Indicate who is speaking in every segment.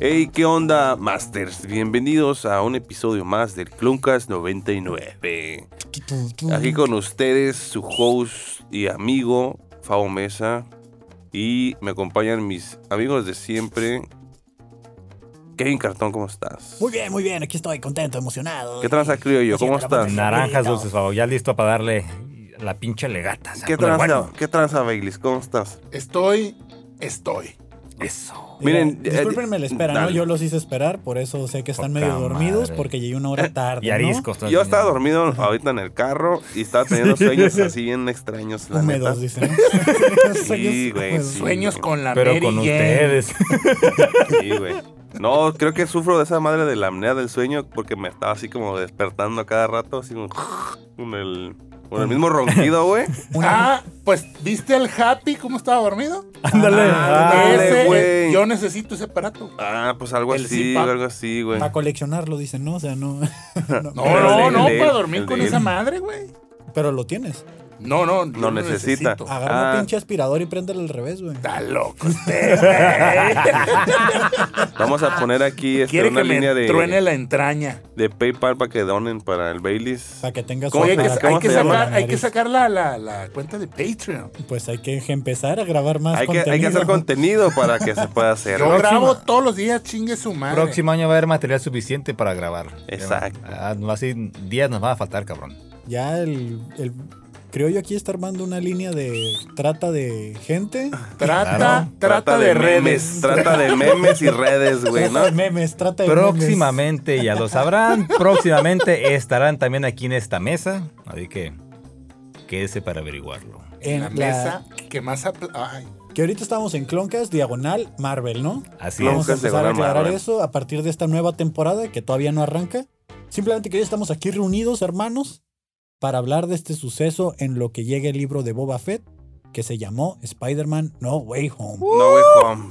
Speaker 1: Hey, ¿qué onda, Masters? Bienvenidos a un episodio más del Cluncast 99. Aquí con ustedes, su host y amigo, Fao Mesa. Y me acompañan mis amigos de siempre. Kevin Cartón, ¿cómo estás?
Speaker 2: Muy bien, muy bien. Aquí estoy contento, emocionado.
Speaker 1: ¿Qué tranza, criollo?
Speaker 2: Me siento
Speaker 1: ¿Cómo
Speaker 2: la voz
Speaker 1: estás?
Speaker 2: de-
Speaker 3: Naranjas
Speaker 2: No.
Speaker 3: dulces, favor, ya listo para darle la pinche legata.
Speaker 1: ¿Qué
Speaker 3: saco del
Speaker 1: tranza,
Speaker 3: bueno.
Speaker 1: ¿Qué tranza, Baileys? ¿Cómo estás?
Speaker 4: Estoy, estoy.
Speaker 3: Eso.
Speaker 2: Digo,
Speaker 1: Miren, eh,
Speaker 2: discúlpenme la espera, ¿no?
Speaker 1: dale.
Speaker 2: Yo los hice esperar, por eso sé que están
Speaker 3: Poca
Speaker 2: medio dormidos,
Speaker 3: madre.
Speaker 2: porque llegué una hora tarde.
Speaker 3: Y
Speaker 2: ¿no?
Speaker 3: ariscos. todo
Speaker 1: Yo
Speaker 3: el
Speaker 1: estaba
Speaker 3: día.
Speaker 1: dormido ahorita en el carro y estaba teniendo sueños así bien extraños, la neta.
Speaker 2: Húmedos, dicen. ¿no? pues,
Speaker 1: Sí,
Speaker 2: Sueños
Speaker 1: güey,
Speaker 2: húmedos.
Speaker 1: sí.
Speaker 4: Sueños con la
Speaker 3: Pero
Speaker 4: Mary
Speaker 3: con
Speaker 4: Jane.
Speaker 3: ustedes.
Speaker 1: Sí, güey. No, creo que sufro de esa madre de la apnea del sueño porque me estaba así como despertando a cada rato, así como con el, con el mismo ronquido, güey.
Speaker 4: Ah, pues, ¿viste al Happy cómo estaba dormido?
Speaker 3: Ándale.
Speaker 1: Ah,
Speaker 3: ándale.
Speaker 4: Ese, eh,
Speaker 1: güey.
Speaker 4: yo necesito ese aparato.
Speaker 1: Ah, pues algo
Speaker 4: El
Speaker 1: así,
Speaker 4: Zipa.
Speaker 1: algo así, güey.
Speaker 2: Para coleccionarlo, dicen, ¿no? O sea, no. no.
Speaker 1: Pero
Speaker 4: No, no,
Speaker 1: el de-
Speaker 4: no,
Speaker 1: el de
Speaker 4: para
Speaker 1: él,
Speaker 4: dormir
Speaker 1: el
Speaker 4: con
Speaker 1: de
Speaker 4: esa
Speaker 1: él.
Speaker 4: madre, güey.
Speaker 2: Pero lo tienes.
Speaker 4: No, no, yo
Speaker 1: No necesita.
Speaker 4: necesito.
Speaker 2: Agarra
Speaker 1: Ah.
Speaker 2: un pinche aspirador y préndelo al revés, güey.
Speaker 4: Está loco usted, güey.
Speaker 1: Vamos a poner aquí este,
Speaker 4: Quiere
Speaker 1: una
Speaker 4: que
Speaker 1: línea
Speaker 4: me truene
Speaker 1: de,
Speaker 4: la entraña.
Speaker 1: de PayPal para que donen para el Baileys.
Speaker 2: Para que tengas
Speaker 1: ¿Cómo
Speaker 4: Oye, hay
Speaker 1: se-
Speaker 4: que,
Speaker 1: cómo
Speaker 4: hay que
Speaker 1: se llama?
Speaker 4: sacar, hay que sacar la, la, la cuenta de Patreon.
Speaker 2: Pues hay que empezar a grabar más
Speaker 1: Hay que,
Speaker 2: contenido.
Speaker 1: hay que hacer contenido para que se pueda hacer.
Speaker 4: Yo
Speaker 1: ¿no?
Speaker 4: grabo todos los días, chingue su madre.
Speaker 3: Próximo año va a haber material suficiente para grabar.
Speaker 1: Exacto.
Speaker 3: Ah, no, Así días nos van a faltar, cabrón.
Speaker 2: Ya el, el criollo aquí está armando una línea de trata de gente.
Speaker 4: Trata,
Speaker 3: Claro.
Speaker 4: trata, de, redes.
Speaker 1: memes, trata de memes y redes, güey, ¿no?
Speaker 2: Trata de memes, trata de memes.
Speaker 3: Próximamente, ya lo sabrán, próximamente estarán también aquí en esta mesa. Así que quédese para averiguarlo.
Speaker 4: En la
Speaker 2: En la-
Speaker 4: mesa que más apl- Ay,
Speaker 2: Que ahorita estamos en Cloncast diagonal Marvel, ¿no?
Speaker 3: Así
Speaker 1: No,
Speaker 2: Vamos
Speaker 3: es.
Speaker 1: nunca
Speaker 2: a
Speaker 1: se
Speaker 2: empezar a
Speaker 1: gana
Speaker 2: aclarar
Speaker 1: Marvel.
Speaker 2: eso a partir de esta nueva temporada que todavía no arranca. Simplemente que hoy estamos aquí reunidos, hermanos, para hablar de este suceso en lo que llega el libro de Boba Fett que se llamó Spider-Man No Way Home.
Speaker 1: No, güey, home.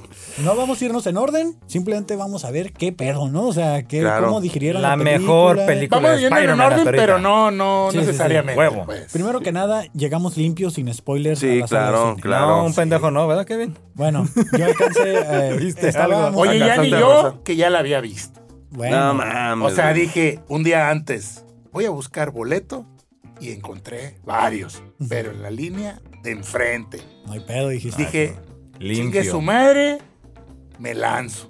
Speaker 2: No vamos a irnos en orden, simplemente vamos a ver qué pedo, ¿no? O sea, qué,
Speaker 1: Claro.
Speaker 2: cómo digirieron la,
Speaker 3: La mejor película.
Speaker 4: Vamos
Speaker 3: de
Speaker 4: yendo en
Speaker 3: Spider-Man
Speaker 4: orden,
Speaker 3: hasta ahorita.
Speaker 4: pero no, no
Speaker 2: Sí, sí, sí.
Speaker 4: necesariamente.
Speaker 3: Huevo.
Speaker 4: pues.
Speaker 2: Primero que nada, llegamos limpios sin spoilers. a
Speaker 1: Sí,
Speaker 2: la sala de
Speaker 1: claro,
Speaker 2: cine.
Speaker 1: claro.
Speaker 3: no, un pendejo no, ¿verdad, Kevin?
Speaker 2: Bueno, yo alcancé. eh,
Speaker 3: ¿Viste
Speaker 2: estaba-
Speaker 3: algo?
Speaker 4: Oye, ya ni
Speaker 1: Alcanzaste a
Speaker 4: yo
Speaker 1: pasar.
Speaker 4: que ya la había visto.
Speaker 2: Bueno,
Speaker 1: No mames.
Speaker 4: O sea,
Speaker 1: güey.
Speaker 4: dije un día antes, voy a buscar boleto y encontré varios, pero en la línea de enfrente.
Speaker 2: no hay pedo,
Speaker 1: Pues
Speaker 2: dijiste.
Speaker 4: Dije, chingue
Speaker 3: Limpio.
Speaker 4: su madre, me lanzo.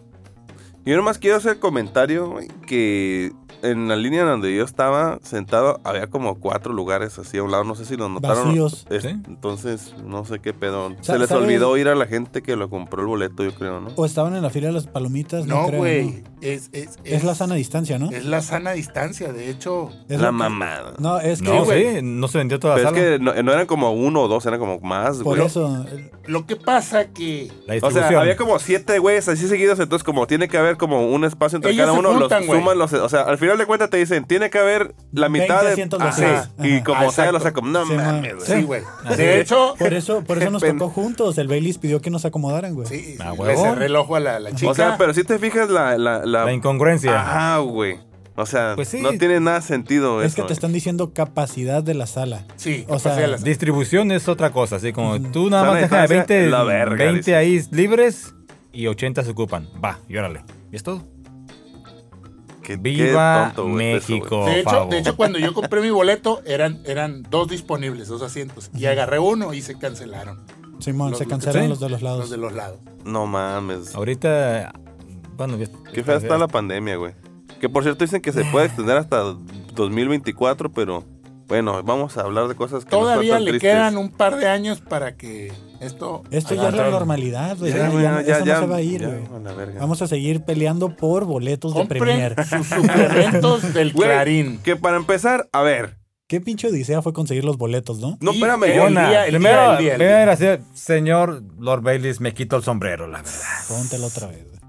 Speaker 1: Yo nomás quiero hacer comentario güey, que en la línea donde yo estaba sentado había como cuatro lugares así a un lado, no sé si lo notaron.
Speaker 2: Vacíos.
Speaker 1: Es-
Speaker 3: Sí.
Speaker 1: Entonces, no sé qué pedo.
Speaker 2: Sa- Oh,
Speaker 1: Se les
Speaker 2: ¿sabes?
Speaker 1: olvidó ir a la gente que lo compró el boleto, yo creo, ¿no?
Speaker 2: O estaban en la fila de las palomitas, no,
Speaker 4: No,
Speaker 2: creo,
Speaker 4: güey.
Speaker 2: ¿no?
Speaker 4: Es, es,
Speaker 2: Es la sana distancia, ¿no?
Speaker 4: Es la sana distancia, de hecho.
Speaker 2: Es
Speaker 1: la
Speaker 2: lo que-
Speaker 1: mamada.
Speaker 2: No, es que
Speaker 3: No,
Speaker 4: güey.
Speaker 3: sí, no se vendió toda la
Speaker 1: Pero es
Speaker 3: sala.
Speaker 1: que no, no eran como uno o dos, eran como más,
Speaker 2: por
Speaker 1: güey.
Speaker 2: eso.
Speaker 4: Lo que pasa que
Speaker 1: O
Speaker 3: La distribución.
Speaker 1: sea, había como siete güeyes así seguidos, entonces como tiene que haber como un espacio entre
Speaker 4: Ellos
Speaker 1: cada
Speaker 4: se
Speaker 1: uno,
Speaker 4: juntan,
Speaker 1: los
Speaker 4: güey.
Speaker 1: suman los, o sea, al final de cuentas te dicen, tiene que haber la
Speaker 2: 20
Speaker 1: mitad de
Speaker 2: asientos
Speaker 1: Ajá.
Speaker 4: vacíos.
Speaker 1: y
Speaker 2: Ajá.
Speaker 1: como
Speaker 4: Ah,
Speaker 1: sea,
Speaker 4: exacto.
Speaker 1: los saco, no
Speaker 2: Sí,
Speaker 1: mames,
Speaker 2: man.
Speaker 1: güey.
Speaker 4: Sí, güey. De hecho,
Speaker 2: Por eso, por eso nos
Speaker 1: Pen-
Speaker 2: tocó juntos. El Baileys pidió que nos acomodaran, güey.
Speaker 4: sí,
Speaker 3: Ah,
Speaker 4: le
Speaker 3: huevo.
Speaker 4: cerré el ojo a la, la chica.
Speaker 1: O sea, pero si te fijas la, la, la-
Speaker 3: La incongruencia.
Speaker 1: Ajá, güey. O sea,
Speaker 3: Pues sí.
Speaker 1: no tiene nada sentido
Speaker 2: es
Speaker 1: eso.
Speaker 2: que te
Speaker 1: güey.
Speaker 2: están diciendo capacidad de la sala.
Speaker 4: sí,
Speaker 2: o sea,
Speaker 4: pasé a la-
Speaker 3: Distribución es otra cosa, así como tú nada
Speaker 1: Sana
Speaker 3: más dejas
Speaker 1: distancia,
Speaker 3: 20,
Speaker 1: la verga,
Speaker 3: 20
Speaker 1: dice.
Speaker 3: ahí libres y 80 se ocupan. Va, y órale. Y es todo.
Speaker 1: Qué- qué
Speaker 3: Viva
Speaker 1: tonto, güey, eso, güey.
Speaker 3: México.
Speaker 4: De hecho,
Speaker 3: pavo.
Speaker 4: de hecho, cuando yo compré mi boleto, eran, eran dos disponibles, dos asientos. Y agarré uno y se cancelaron
Speaker 2: Simón,
Speaker 4: Los-
Speaker 2: se
Speaker 4: los-
Speaker 2: cancelaron
Speaker 3: sí.
Speaker 2: los de los lados.
Speaker 4: los de los lados.
Speaker 1: No mames.
Speaker 3: Ahorita. Bueno, ya-
Speaker 1: Qué fea está la pandemia, güey. Que por cierto dicen que se puede extender hasta 2024, pero bueno, vamos a hablar de cosas que
Speaker 4: Todavía
Speaker 1: no están tan
Speaker 4: le
Speaker 1: tristes.
Speaker 4: quedan un par de años para que esto.
Speaker 2: Esto ya es la
Speaker 4: agarre.
Speaker 2: normalidad, güey. Ya,
Speaker 1: güey,
Speaker 2: ya- eso no se va a ir,
Speaker 1: ya,
Speaker 2: güey.
Speaker 1: a la verga.
Speaker 2: Vamos a seguir peleando por boletos de Premier.
Speaker 4: Compren sus suplementos del
Speaker 1: Güey,
Speaker 4: Clarín.
Speaker 1: Que para empezar, a ver.
Speaker 2: Qué pinche odisea fue conseguir los boletos, ¿no?
Speaker 1: No,
Speaker 4: Y
Speaker 1: espérame.
Speaker 4: el
Speaker 3: Ona,
Speaker 4: día, el
Speaker 3: primero,
Speaker 4: día, el día, el
Speaker 3: primero, así, señor Lord Baileys, me quito el sombrero, la verdad.
Speaker 2: Póntelo otra vez. güey.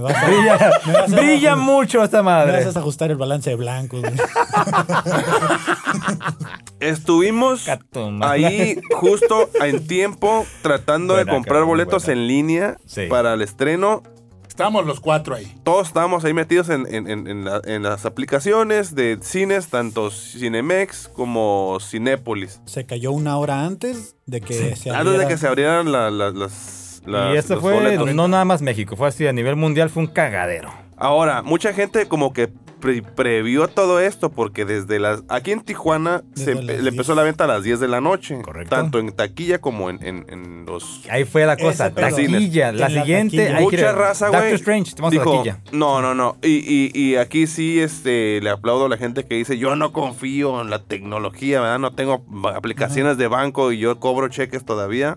Speaker 2: vas a,
Speaker 3: Brilla,
Speaker 2: me vas a-
Speaker 3: brilla mucho esta
Speaker 2: me
Speaker 3: madre.
Speaker 2: vas a ajustar el balance de blancos, güey.
Speaker 1: Estuvimos
Speaker 3: Cato, madre.
Speaker 1: ahí justo en tiempo tratando de
Speaker 3: Buena,
Speaker 1: comprar
Speaker 3: cabrón,
Speaker 1: boletos
Speaker 3: buena.
Speaker 1: en línea
Speaker 3: Sí.
Speaker 1: para el estreno.
Speaker 4: Estamos los cuatro ahí.
Speaker 1: Todos estábamos ahí metidos en, en- en- en la- en las aplicaciones de cines, tanto Cinemex como Cinépolis.
Speaker 2: Se cayó una hora antes de que se
Speaker 1: Antes de
Speaker 2: abriera.
Speaker 1: que se abrieran la- la- las las-
Speaker 3: y esto
Speaker 1: los
Speaker 3: fue
Speaker 1: boletos.
Speaker 3: no nada más México, fue así a nivel mundial, fue un cagadero.
Speaker 1: Ahora, mucha gente como que pre- previó todo esto porque desde las... Aquí en Tijuana se
Speaker 2: Desde
Speaker 1: empe-
Speaker 2: las
Speaker 1: le empezó
Speaker 2: 10.
Speaker 1: la venta a las 10 de la noche.
Speaker 3: Correcto.
Speaker 1: Tanto en taquilla como en, en- en los...
Speaker 3: Ahí fue la cosa,
Speaker 2: Ese pedo.
Speaker 3: taquilla.
Speaker 2: En
Speaker 3: La
Speaker 2: la
Speaker 3: siguiente,
Speaker 2: taquilla.
Speaker 3: hay que ir
Speaker 1: Mucha
Speaker 3: a-
Speaker 1: raza, güey.
Speaker 3: Doctor Strange, vamos a
Speaker 1: dijo,
Speaker 3: taquilla.
Speaker 1: No, no, no. Y, y- y aquí sí este, le aplaudo a la gente que dice, yo no confío en la tecnología, ¿verdad? No tengo ba- aplicaciones de banco y yo cobro cheques todavía.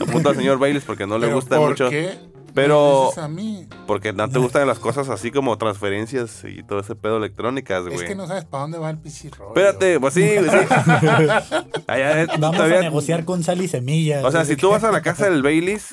Speaker 1: Apunto al señor Bailes porque no le
Speaker 4: Pero
Speaker 1: gusta
Speaker 4: ¿por
Speaker 1: mucho.
Speaker 4: qué
Speaker 1: Pero-
Speaker 4: me dices a mí?
Speaker 1: Porque no te gustan las cosas así como transferencias y todo ese pedo electrónicas, güey.
Speaker 4: Es que no sabes para dónde va el pichirro.
Speaker 1: Espérate, pues sí, güey, sí. Allá, eh,
Speaker 2: Vamos
Speaker 1: todavía-
Speaker 2: a negociar con sal y semillas.
Speaker 1: O sea, si tú vas a la casa del Baileys,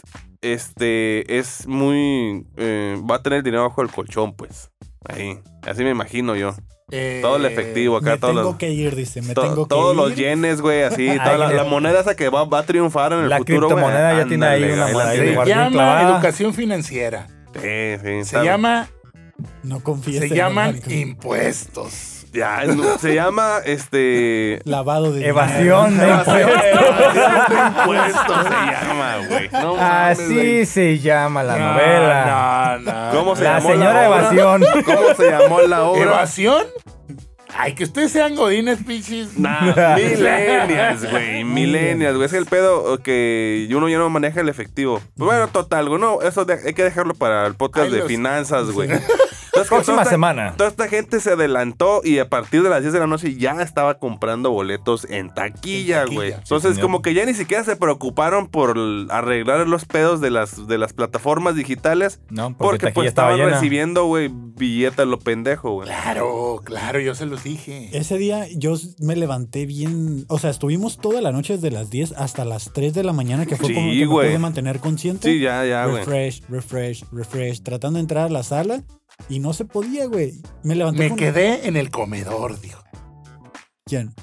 Speaker 1: este es muy. eh, va a tener el dinero bajo el colchón, pues. Ahí. Así me imagino yo.
Speaker 4: Eh,
Speaker 1: Todo el efectivo acá,
Speaker 2: me
Speaker 1: todos
Speaker 2: tengo
Speaker 1: los.
Speaker 2: que ir, dice. Me
Speaker 1: to-
Speaker 2: tengo que
Speaker 1: todos
Speaker 2: ir.
Speaker 1: los yenes, güey, así. toda la,
Speaker 3: Ahí
Speaker 1: la
Speaker 3: le-
Speaker 1: moneda esa que va, va a triunfar en el
Speaker 3: La
Speaker 1: futuro. güey.
Speaker 3: criptomoneda ya tiene ahí una
Speaker 1: la
Speaker 3: moneda ahí
Speaker 1: tiene.
Speaker 3: guardada.
Speaker 4: Llama
Speaker 3: Jardín clavada.
Speaker 4: educación financiera.
Speaker 1: Sí, sí,
Speaker 4: Se
Speaker 1: está-
Speaker 4: llama,
Speaker 2: No confíes
Speaker 4: se
Speaker 2: en el
Speaker 4: llaman
Speaker 2: narco.
Speaker 4: impuestos.
Speaker 1: ya, no, se llama este.
Speaker 2: Lavado de dinero.
Speaker 3: Evasión de impuestos.
Speaker 1: Impuesto se llama, güey. No mames,
Speaker 3: Así se llama la novela.
Speaker 4: No, no, no.
Speaker 1: ¿Cómo se
Speaker 3: La
Speaker 1: llamó la
Speaker 3: señora
Speaker 1: obra?
Speaker 3: Evasión.
Speaker 1: ¿Cómo se llamó la obra?
Speaker 4: ¿Evasión? Ay, que ustedes sean godines, pichis.
Speaker 3: Ah,
Speaker 1: Nah, millennials, güey. Millennials, güey. Es el pedo que uno ya no maneja el efectivo. Pero bueno, total, güey. No, eso de- hay que dejarlo para el podcast
Speaker 4: Ay,
Speaker 1: de
Speaker 4: los-
Speaker 1: finanzas, güey. Entonces,
Speaker 3: Próxima
Speaker 1: toda esta-
Speaker 3: semana.
Speaker 1: Toda esta gente se adelantó y a partir de las 10 de la noche ya estaba comprando boletos en taquilla,
Speaker 4: En taquilla.
Speaker 1: güey.
Speaker 4: Sí,
Speaker 1: Entonces,
Speaker 3: señor.
Speaker 1: como que ya ni siquiera se preocuparon por l- arreglar los pedos de las, de las plataformas digitales.
Speaker 3: No,
Speaker 1: Porque,
Speaker 3: porque, aquí
Speaker 1: pues
Speaker 3: estaba
Speaker 1: estaban
Speaker 3: llena.
Speaker 1: recibiendo, güey, billetes a lo pendejo, güey.
Speaker 4: Claro, claro, yo se los dije.
Speaker 2: Ese día yo s- me levanté bien. O sea, estuvimos toda la noche desde las 10 hasta las 3 de la mañana, que fue
Speaker 1: Sí,
Speaker 2: como que me
Speaker 1: güey.
Speaker 2: pude mantener consciente.
Speaker 1: Sí, ya, ya, Ah, güey.
Speaker 2: refresh, refresh, refresh. Tratando de entrar a la sala y no se podía, güey. Me levanté
Speaker 4: Me
Speaker 2: con-
Speaker 4: quedé en el comedor, dijo.
Speaker 2: ¿Quién?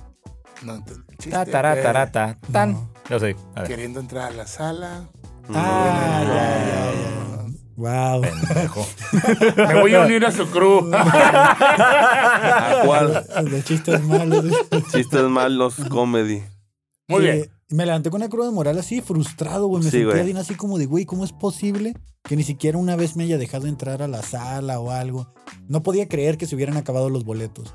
Speaker 4: No, t- chiste,
Speaker 1: este
Speaker 3: Ta, tará,
Speaker 4: eh,
Speaker 3: tará, ta, tan.
Speaker 2: No.
Speaker 3: Yo sé. A ver.
Speaker 4: Queriendo entrar a la sala.
Speaker 1: Mm.
Speaker 2: Ah, ya, ya, ya. Wow.
Speaker 3: pendejo.
Speaker 4: Me voy a unir a su crew.
Speaker 1: ¿A cuál?
Speaker 2: De chistes malos.
Speaker 1: Chistes malos comedy.
Speaker 4: Muy
Speaker 2: Eh,
Speaker 4: bien.
Speaker 2: Me levanté con una cruda moral así, frustrado, güey. Me
Speaker 1: Sí,
Speaker 2: sentía
Speaker 1: güey.
Speaker 2: bien así como de, güey, ¿cómo es posible que ni siquiera una vez me haya dejado entrar a la sala o algo? No podía creer que se hubieran acabado los boletos.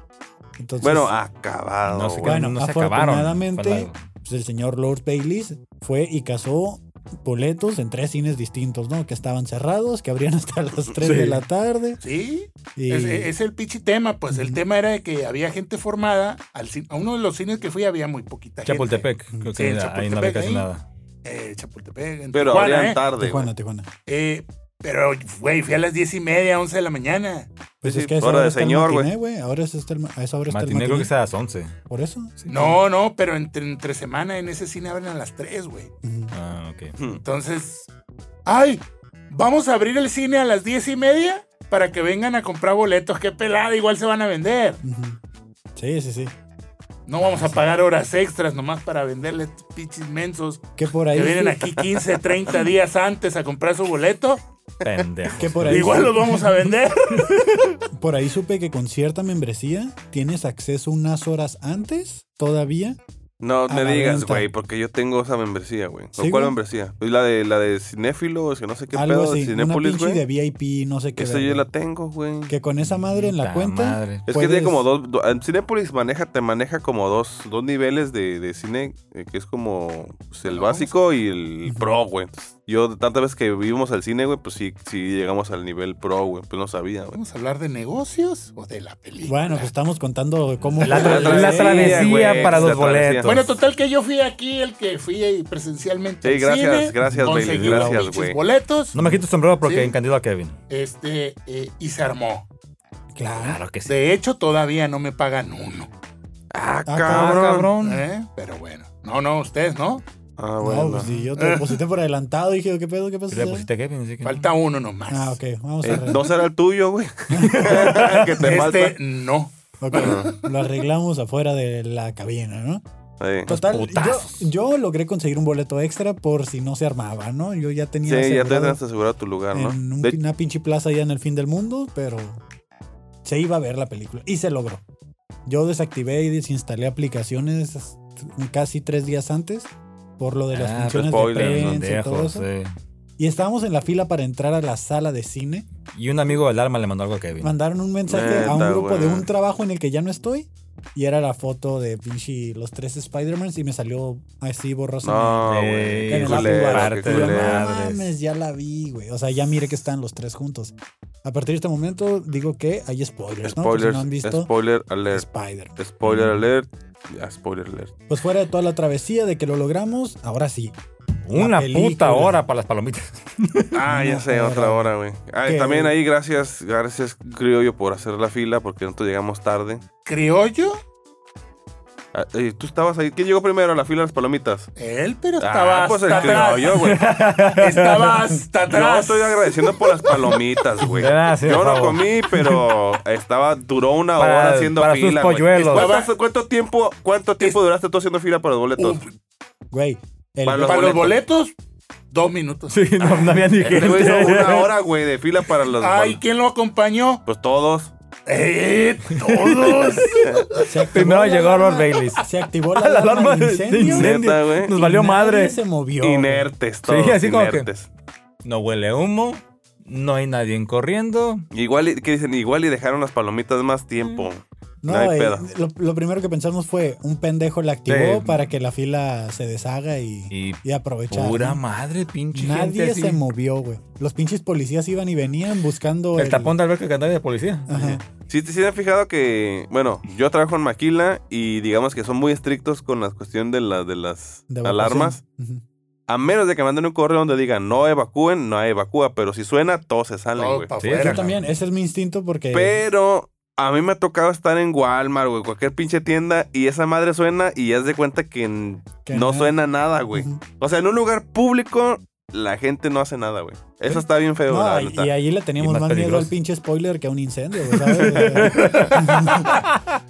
Speaker 2: Entonces,
Speaker 1: Bueno, acabado.
Speaker 3: No sé
Speaker 1: güey.
Speaker 3: qué.
Speaker 2: bueno,
Speaker 3: no se acabaron.
Speaker 2: afortunadamente,
Speaker 3: Fue la-
Speaker 2: pues, el señor Lord Baylis fue y cazó boletos en tres cines distintos, ¿no? Que estaban cerrados, que abrían hasta las 3 de la tarde.
Speaker 4: Sí,
Speaker 2: Y
Speaker 4: es, es el pichi tema. Pues el tema era de que había gente formada. Al cin- a uno de los cines que fui había muy poquita
Speaker 3: Chapultepec. Creo
Speaker 4: Sí,
Speaker 3: que
Speaker 4: en
Speaker 3: ahí no había
Speaker 4: Chapultepec,
Speaker 3: casi
Speaker 4: ahí.
Speaker 3: nada.
Speaker 4: gente. Eh, Chapultepec. en
Speaker 1: Pero
Speaker 4: Tijuana,
Speaker 1: abrían
Speaker 4: ¿eh?
Speaker 1: tarde. güey.
Speaker 2: Tijuana, Tijuana.
Speaker 4: Eh, pero, güey, fui a las diez y media, once de la mañana.
Speaker 2: Pues
Speaker 1: Sí,
Speaker 2: es que a esa
Speaker 1: hora
Speaker 2: hora
Speaker 1: de
Speaker 2: está el
Speaker 1: señor, güey.
Speaker 2: matiné, güey. Ahora es hasta el ma- a esa hora está el
Speaker 3: Matiné creo
Speaker 2: matiné.
Speaker 3: que está a las 11.
Speaker 2: Por eso.
Speaker 4: No, no, pero entre, entre semana en ese cine abren a las tres, güey.
Speaker 2: Ujú.
Speaker 3: Ah, ok.
Speaker 1: Hmm.
Speaker 4: Entonces, ay, vamos a abrir el cine a las diez y media para que vengan a comprar boletos. Qué pelada, igual se van a vender.
Speaker 2: Ujú. Sí, sí, sí.
Speaker 4: No vamos a pagar horas extras nomás para venderle a estos pinches mensos
Speaker 2: Que por ahí.
Speaker 4: que vienen
Speaker 2: sí-
Speaker 4: aquí 15, 30 días antes a comprar su boleto.
Speaker 3: Pendejo.
Speaker 2: Que por ahí.
Speaker 4: Igual los vamos a vender.
Speaker 2: Por ahí supe que con cierta membresía tienes acceso unas horas antes todavía.
Speaker 1: No
Speaker 2: A
Speaker 1: me
Speaker 2: la
Speaker 1: digas,
Speaker 2: venta.
Speaker 1: güey, porque yo tengo esa membresía, güey.
Speaker 2: Sí,
Speaker 1: ¿Cuál
Speaker 2: güey.
Speaker 1: membresía? Pues La de la de Cinéfilo, es que no sé qué
Speaker 2: algo
Speaker 1: pedo de
Speaker 2: así. Una
Speaker 1: Cinépolis,
Speaker 2: pinche de
Speaker 1: güey.
Speaker 2: VIP, no sé qué.
Speaker 1: Esa
Speaker 2: verga.
Speaker 1: yo la tengo, güey.
Speaker 2: que con esa madre en la
Speaker 3: Puta
Speaker 2: cuenta.
Speaker 3: madre.
Speaker 1: Es que tiene
Speaker 2: puedes-
Speaker 1: como dos. do- en Cinépolis maneja, te maneja como dos, dos niveles de, de cine, eh, que es como pues, el básico y el
Speaker 2: Ujú.
Speaker 1: pro, güey. Entonces, Yo, tantas veces que vivimos al cine, güey, pues sí, sí llegamos al nivel pro, güey. Pues no sabía, güey.
Speaker 4: ¿Vamos a hablar de negocios o de la película?
Speaker 2: Bueno, pues estamos contando cómo.
Speaker 3: La,
Speaker 1: La
Speaker 3: tra- la
Speaker 1: travesía,
Speaker 3: travesía
Speaker 1: güey,
Speaker 3: para
Speaker 1: la
Speaker 3: los
Speaker 1: travesía.
Speaker 3: boletos.
Speaker 4: Bueno, total que yo fui aquí el que fui ahí presencialmente.
Speaker 1: Sí,
Speaker 4: al
Speaker 1: gracias,
Speaker 4: cine,
Speaker 1: gracias, Bailey,
Speaker 4: conseguí
Speaker 1: gracias,
Speaker 4: los pinches
Speaker 1: güey.
Speaker 4: boletos.
Speaker 3: No me quito el sombrero porque
Speaker 4: Sí.
Speaker 3: encandidó a Kevin.
Speaker 4: Este, eh, y se armó.
Speaker 2: Claro.
Speaker 3: Claro Ah, que sí.
Speaker 4: De hecho, todavía no me pagan uno.
Speaker 1: Ah,
Speaker 2: Ah,
Speaker 3: Ah,
Speaker 1: cabrón.
Speaker 4: ¿eh? Pero bueno. No, no, ustedes, ¿no?
Speaker 1: Ah, bueno.
Speaker 2: No, pues sí, yo te deposité por adelantado y dije, ¿qué pedo? ¿Qué pasó?
Speaker 3: Le pusiste a Kevin, así que.
Speaker 4: Falta uno nomás.
Speaker 2: Ah, ok, vamos a
Speaker 1: Eh,
Speaker 2: arreglar.
Speaker 1: no será el tuyo, güey. que te falta.
Speaker 4: Este, no.
Speaker 2: Ok, lo arreglamos afuera de la cabina, ¿no?
Speaker 1: Sí.
Speaker 2: Total,
Speaker 3: putazos.
Speaker 2: yo, yo logré conseguir un boleto extra por si no se armaba, ¿no? Yo ya tenía
Speaker 1: Sí, ya te
Speaker 2: asegurado
Speaker 1: has asegurado tu lugar, ¿no?
Speaker 2: en un-
Speaker 1: De-
Speaker 2: una pinche plaza allá en el fin del mundo, pero se iba a ver la película y se logró. Yo desactivé y desinstalé aplicaciones casi tres días antes por lo de las
Speaker 3: Ah,
Speaker 2: funciones de
Speaker 1: spoiler,
Speaker 2: prensa y
Speaker 3: pendejo,
Speaker 2: todo eso.
Speaker 3: sí.
Speaker 2: Y estábamos en la fila para entrar a la sala de cine.
Speaker 3: Y un amigo de alarma le mandó algo a Kevin.
Speaker 2: Mandaron un mensaje a
Speaker 1: Neta,
Speaker 2: un grupo de
Speaker 1: güey.
Speaker 2: un trabajo en el que ya no estoy. Y era la foto de pinche los tres Spider-Mans y me salió así borrosa.
Speaker 1: No,
Speaker 3: Eh,
Speaker 1: güey.
Speaker 2: en el
Speaker 1: qué
Speaker 2: Apple
Speaker 1: culero,
Speaker 2: Watch.
Speaker 1: qué
Speaker 3: parte
Speaker 2: Y yo,
Speaker 3: de
Speaker 2: "No pues,
Speaker 1: culero.
Speaker 3: madres".
Speaker 2: mames, ya la vi, güey. O sea, ya mire que están los tres juntos. A partir de este momento digo que hay spoilers, ¿no? Por si
Speaker 1: Spoilers,
Speaker 2: no han visto
Speaker 1: spoiler alert.
Speaker 2: Spider.
Speaker 1: Spoiler alert. Ah, spoiler alert.
Speaker 2: Pues fuera de toda la travesía de que lo logramos, ahora sí.
Speaker 3: Una
Speaker 2: película.
Speaker 3: puta hora para las palomitas.
Speaker 1: Ah, ya
Speaker 2: Una
Speaker 1: sé, otra hora, güey. Ah, y
Speaker 2: Que-
Speaker 1: también ahí, gracias, gracias, Criollo, por hacer la fila, porque nosotros llegamos tarde.
Speaker 4: ¿Criollo?
Speaker 1: Ah, eh, Tú estabas ahí. ¿Quién llegó primero a la fila de las palomitas?
Speaker 4: Él, pero estaba
Speaker 1: Ah, pues el
Speaker 4: hasta atrás.
Speaker 1: criollo, güey.
Speaker 4: Estaba hasta
Speaker 1: Yo
Speaker 4: atrás.
Speaker 1: estoy agradeciendo por las palomitas, güey.
Speaker 3: Gracias,
Speaker 1: Yo no
Speaker 3: Pablo.
Speaker 1: comí, pero estaba, duró una
Speaker 3: Para-
Speaker 1: hora haciendo
Speaker 3: para sus
Speaker 1: fila. güey.
Speaker 3: polluelos.
Speaker 1: ¿Cuánto, cuánto tiempo, cuánto tiempo duraste tú haciendo fila para los boletos?
Speaker 4: Uh,
Speaker 2: Güey, el-
Speaker 1: Para
Speaker 4: Para los boletos, dos minutos.
Speaker 3: Sí, no, no había ni
Speaker 1: Este
Speaker 3: gente.
Speaker 1: güey hizo una hora, güey, de fila para los
Speaker 4: Ay,
Speaker 1: bol-
Speaker 4: ¿quién lo acompañó?
Speaker 1: Pues todos.
Speaker 4: ¡Eh! ¡Todos!
Speaker 2: se activó
Speaker 3: Primero
Speaker 2: la
Speaker 3: llegó Lord
Speaker 2: alarma-
Speaker 3: Baileys.
Speaker 2: Se activó la,
Speaker 3: La
Speaker 2: alarma,
Speaker 3: alarma
Speaker 2: de
Speaker 3: de de
Speaker 2: incendio.
Speaker 1: incendio. Neta, güey.
Speaker 3: incendio. Nos valió
Speaker 2: Nadie
Speaker 3: madre.
Speaker 2: se movió.
Speaker 1: Inertes, todos.
Speaker 3: así como que-
Speaker 1: inertes.
Speaker 3: No huele a humo. No hay nadie corriendo.
Speaker 1: Igual, y- ¿qué dicen? Igual y dejaron las palomitas más tiempo.
Speaker 2: No,
Speaker 1: No hay
Speaker 2: eh,
Speaker 1: pedo.
Speaker 2: Lo, lo primero que pensamos fue un pendejo la activó
Speaker 3: Sí.
Speaker 2: para que la fila se deshaga y,
Speaker 3: Y
Speaker 2: y aprovechar.
Speaker 3: Pura
Speaker 2: ¿no?
Speaker 3: madre, pinche gente.
Speaker 2: Nadie
Speaker 3: así.
Speaker 2: se movió, güey. Los pinches policías iban y venían buscando
Speaker 3: El tapón de Alberto que andaba de policía.
Speaker 2: Ajá.
Speaker 1: Sí, te- sí se han fijado que, bueno, yo trabajo en Maquila y digamos que son muy estrictos con la cuestión de, la- de las
Speaker 2: de evacuación.
Speaker 1: alarmas.
Speaker 2: Ujú.
Speaker 1: A menos de que manden un correo donde digan no evacúen, no evacúa, pero si suena, todos se salen,
Speaker 4: Todo
Speaker 1: güey.
Speaker 4: para
Speaker 3: Sí,
Speaker 4: afuera.
Speaker 2: Yo también, ese es mi instinto porque
Speaker 1: Pero a mí me ha tocado estar en Walmart, güey, cualquier pinche tienda y esa madre suena y ya se de cuenta que, n-
Speaker 2: Que
Speaker 1: no
Speaker 2: nada.
Speaker 1: suena nada, güey.
Speaker 2: Ujú.
Speaker 1: O sea, en un lugar público la gente no hace nada, güey. Eso está bien feo,
Speaker 2: Eh, No,
Speaker 1: la
Speaker 2: y,
Speaker 1: neta.
Speaker 2: y ahí le teníamos
Speaker 3: Y
Speaker 2: más,
Speaker 3: más
Speaker 2: miedo al
Speaker 3: peligroso.
Speaker 2: pinche spoiler que a un incendio, güey, ¿sabes?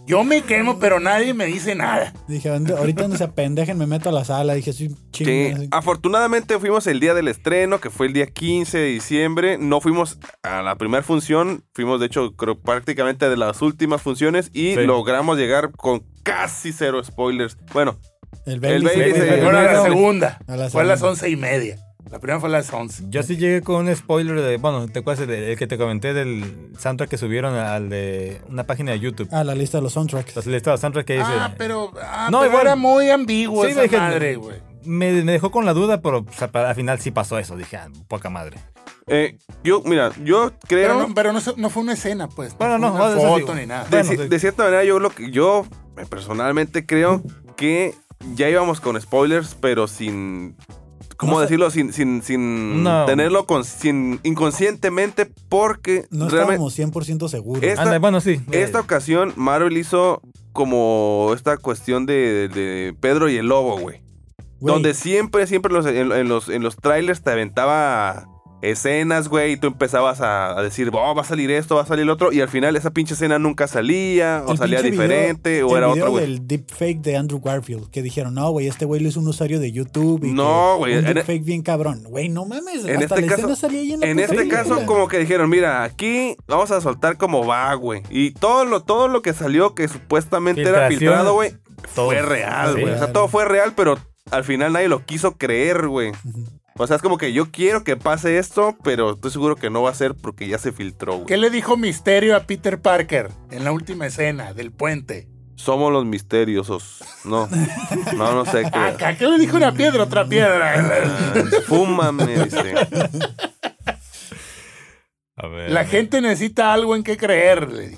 Speaker 4: Yo me quemo, pero nadie me dice nada.
Speaker 2: Dije, "Ande- ahorita donde se apendejen me meto a la sala. Dije, soy un chingo.
Speaker 1: Sí, Ah,
Speaker 2: así.
Speaker 1: afortunadamente fuimos el día del estreno, que fue el día 15 de diciembre. No fuimos a la primera función, fuimos de hecho creo, prácticamente de las últimas funciones y
Speaker 3: Sí.
Speaker 1: logramos llegar con casi cero spoilers. Bueno,
Speaker 2: El
Speaker 1: el
Speaker 2: Baileys,
Speaker 1: Baileys,
Speaker 2: güey,
Speaker 1: eh,
Speaker 4: Bueno, a la
Speaker 3: primero-
Speaker 4: segunda.
Speaker 2: A la
Speaker 4: Fue a las
Speaker 2: segunda.
Speaker 4: once y media. La primera fue a las once.
Speaker 3: Yo sí llegué con un spoiler de. Bueno, ¿te acuerdas? El, el que te comenté del soundtrack que subieron al de una página de YouTube.
Speaker 2: A la lista de los soundtracks.
Speaker 3: Entonces, el estado soundtrack que dice.
Speaker 4: Ah, pero, ah,
Speaker 3: No,
Speaker 4: pero
Speaker 3: igual-
Speaker 4: era muy ambiguo
Speaker 3: Sí,
Speaker 4: esa
Speaker 3: dije-
Speaker 4: madre, güey.
Speaker 3: Me, me dejó con la duda, pero pues, al al final sí pasó eso. Dije, ah, poca madre.
Speaker 1: eh, yo, mira, yo creo...
Speaker 4: Pero, no, pero no, se- no fue una escena, pues.
Speaker 3: Bueno, no,
Speaker 4: fue
Speaker 3: eso
Speaker 4: una
Speaker 3: sí.
Speaker 4: foto ni nada.
Speaker 1: De,
Speaker 3: Bueno,
Speaker 1: ci-
Speaker 3: sí.
Speaker 1: de cierta manera, yo lo que yo eh, personalmente creo que ya íbamos con spoilers, pero sin. ¿Cómo
Speaker 2: No sé.
Speaker 1: decirlo? Sin, sin, sin
Speaker 3: No.
Speaker 1: tenerlo con, sin, inconscientemente, porque
Speaker 2: No
Speaker 1: realmente.
Speaker 2: estábamos 100% seguros.
Speaker 1: Es- Esta-
Speaker 3: Anda, bueno, sí. eh,
Speaker 1: Esta ocasión, Marvel hizo como esta cuestión de, de Pedro y el Lobo, güey.
Speaker 2: Güey,
Speaker 1: Donde siempre, siempre los- en, en los, en los trailers te aventaba escenas, güey, y tú empezabas a, a decir, oh, va a salir esto, va a salir lo otro, y al final esa pinche escena nunca salía, o
Speaker 2: el
Speaker 1: salía
Speaker 2: pinche video-
Speaker 1: diferente, o
Speaker 2: el
Speaker 1: era
Speaker 2: video
Speaker 1: otro, güey.
Speaker 2: del deepfake de Andrew Garfield, que dijeron, no, güey, este güey lo hizo un usuario de YouTube. y
Speaker 1: No,
Speaker 2: que
Speaker 1: güey,
Speaker 2: Un
Speaker 1: en- e
Speaker 2: deepfake bien cabrón. Güey, no mames.
Speaker 1: en
Speaker 2: hasta
Speaker 1: este
Speaker 2: la
Speaker 1: caso-
Speaker 2: escena salía ahí en la
Speaker 1: En
Speaker 2: puta
Speaker 1: este
Speaker 2: película.
Speaker 1: caso, como que dijeron, mira, aquí vamos a soltar como va, güey. Y todo lo, todo lo que salió que supuestamente era
Speaker 3: Filtración.
Speaker 1: filtrado, güey,
Speaker 3: Todo.
Speaker 1: fue real,
Speaker 3: Sí.
Speaker 1: Ah, güey. O sea, todo fue real, pero al final nadie lo quiso creer, güey.
Speaker 2: Ujú.
Speaker 1: O sea, es como que yo quiero que pase esto, pero estoy seguro que no va a ser porque ya se filtró,
Speaker 4: ¿Qué
Speaker 1: güey.
Speaker 4: le dijo Misterio a Peter Parker en la última escena del puente?
Speaker 1: Somos los misteriosos. No, no, no sé
Speaker 3: Ah,
Speaker 1: qué. Ah,
Speaker 4: Acá, ¿qué le dijo una piedra a otra piedra?
Speaker 1: Fúmame, dice.
Speaker 3: A ver.
Speaker 4: La gente necesita algo en qué creer, le di.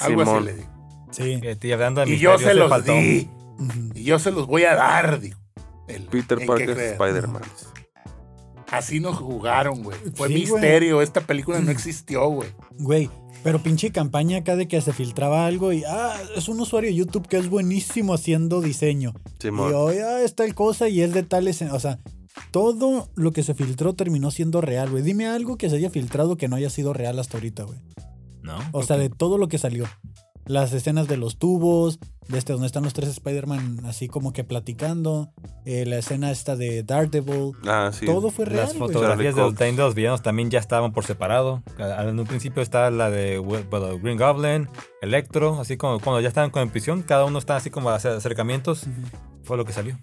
Speaker 4: Algo
Speaker 1: Simón.
Speaker 4: así le di.
Speaker 2: Sí.
Speaker 3: Este, Y hablando de
Speaker 4: Y yo
Speaker 3: misterios,
Speaker 4: se
Speaker 3: ese
Speaker 4: los
Speaker 3: faltó.
Speaker 4: di.
Speaker 2: ujú.
Speaker 4: Y yo se los voy a dar, digo. El- en
Speaker 1: Peter
Speaker 4: qué
Speaker 1: Parker,
Speaker 4: creer.
Speaker 1: Spider-Man.
Speaker 4: Así nos jugaron, güey. Fue
Speaker 2: Sí, güey.
Speaker 4: misterio. Esta película no existió, güey.
Speaker 2: Güey, pero pinche campaña acá de que se filtraba algo y, ah, es un usuario de YouTube que es buenísimo haciendo diseño. Y
Speaker 1: Simón.
Speaker 2: hoy, ah, es tal cosa y es de tal escena. O sea, todo lo que se filtró terminó siendo real, güey. Dime algo que se haya filtrado que no haya sido real hasta ahorita, güey.
Speaker 3: No.
Speaker 2: O sea, de todo lo que salió. Las escenas de los tubos, de este donde están los tres Spider-Man así como que platicando, eh, la escena esta de Daredevil.
Speaker 1: Ah, sí.
Speaker 2: Todo fue real,
Speaker 3: Las
Speaker 2: güey.
Speaker 3: fotografías
Speaker 1: Charlie
Speaker 3: del
Speaker 1: Cox.
Speaker 3: time de los villanos también ya estaban por separado. A- En un principio estaba la de Wel- bueno, Green Goblin, Electro, así como cuando ya estaban con en prisión, cada uno estaba así como hacia acercamientos. Fue lo que salió.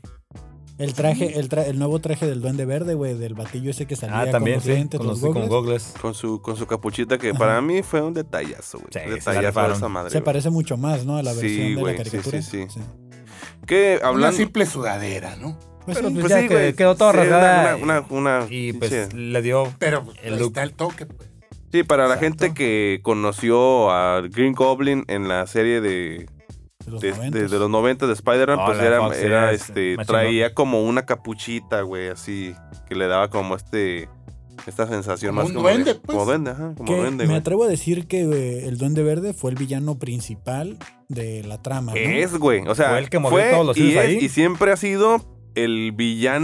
Speaker 2: El traje, el, tra- el nuevo traje del Duende Verde, güey, del batillo ese que salía
Speaker 3: Ah, también,
Speaker 2: con los
Speaker 3: sí.
Speaker 2: lentes,
Speaker 3: con
Speaker 2: los
Speaker 3: los- con
Speaker 2: gogles.
Speaker 3: gogles.
Speaker 1: Con su, con su capuchita, que para mí fue un detallazo, güey.
Speaker 3: Sí, se la
Speaker 1: detallazo de
Speaker 3: rifaron.
Speaker 1: esa madre.
Speaker 2: Se
Speaker 1: güey.
Speaker 2: parece mucho más, ¿no? A la
Speaker 1: Sí,
Speaker 2: versión de
Speaker 1: güey,
Speaker 2: la
Speaker 1: sí,
Speaker 2: caricatura.
Speaker 1: sí, sí. Que
Speaker 4: Una
Speaker 1: hablando.
Speaker 4: simple sudadera, ¿no?
Speaker 2: Pues
Speaker 3: Pero,
Speaker 2: sí,
Speaker 3: pues, ya que-
Speaker 1: güey,
Speaker 3: quedó todo
Speaker 1: sí, una-
Speaker 3: rasgada
Speaker 1: Una, una- una-
Speaker 3: Y
Speaker 1: sí,
Speaker 3: pues
Speaker 1: sí.
Speaker 3: le dio.
Speaker 4: Pero pues,
Speaker 3: El
Speaker 4: ahí
Speaker 3: look.
Speaker 4: está el toque. pues.
Speaker 1: Sí, para la
Speaker 4: Exacto.
Speaker 1: gente que conoció a Green Goblin en la serie de,
Speaker 2: de los
Speaker 1: de, este, de-
Speaker 2: 90.
Speaker 1: de los 90 de Spider-Man,
Speaker 3: Oh,
Speaker 1: pues
Speaker 3: la
Speaker 1: era,
Speaker 3: Fox
Speaker 1: era,
Speaker 3: era,
Speaker 1: este,
Speaker 3: machín,
Speaker 1: traía como una capuchita, güey, así, que le daba como este, esta sensación
Speaker 4: Como
Speaker 1: más
Speaker 4: un
Speaker 1: como de-
Speaker 4: duende, pues.
Speaker 1: Como duende, ajá, como
Speaker 2: Que
Speaker 1: duende,
Speaker 2: me
Speaker 1: güey.
Speaker 2: atrevo a decir que eh, el Duende Verde fue el villano principal de la trama. ¿no?
Speaker 1: Es, güey, o sea,
Speaker 3: Fue
Speaker 1: fue,
Speaker 3: el que movió todos los hilos
Speaker 1: y, es-
Speaker 3: ahí.
Speaker 1: y siempre ha sido el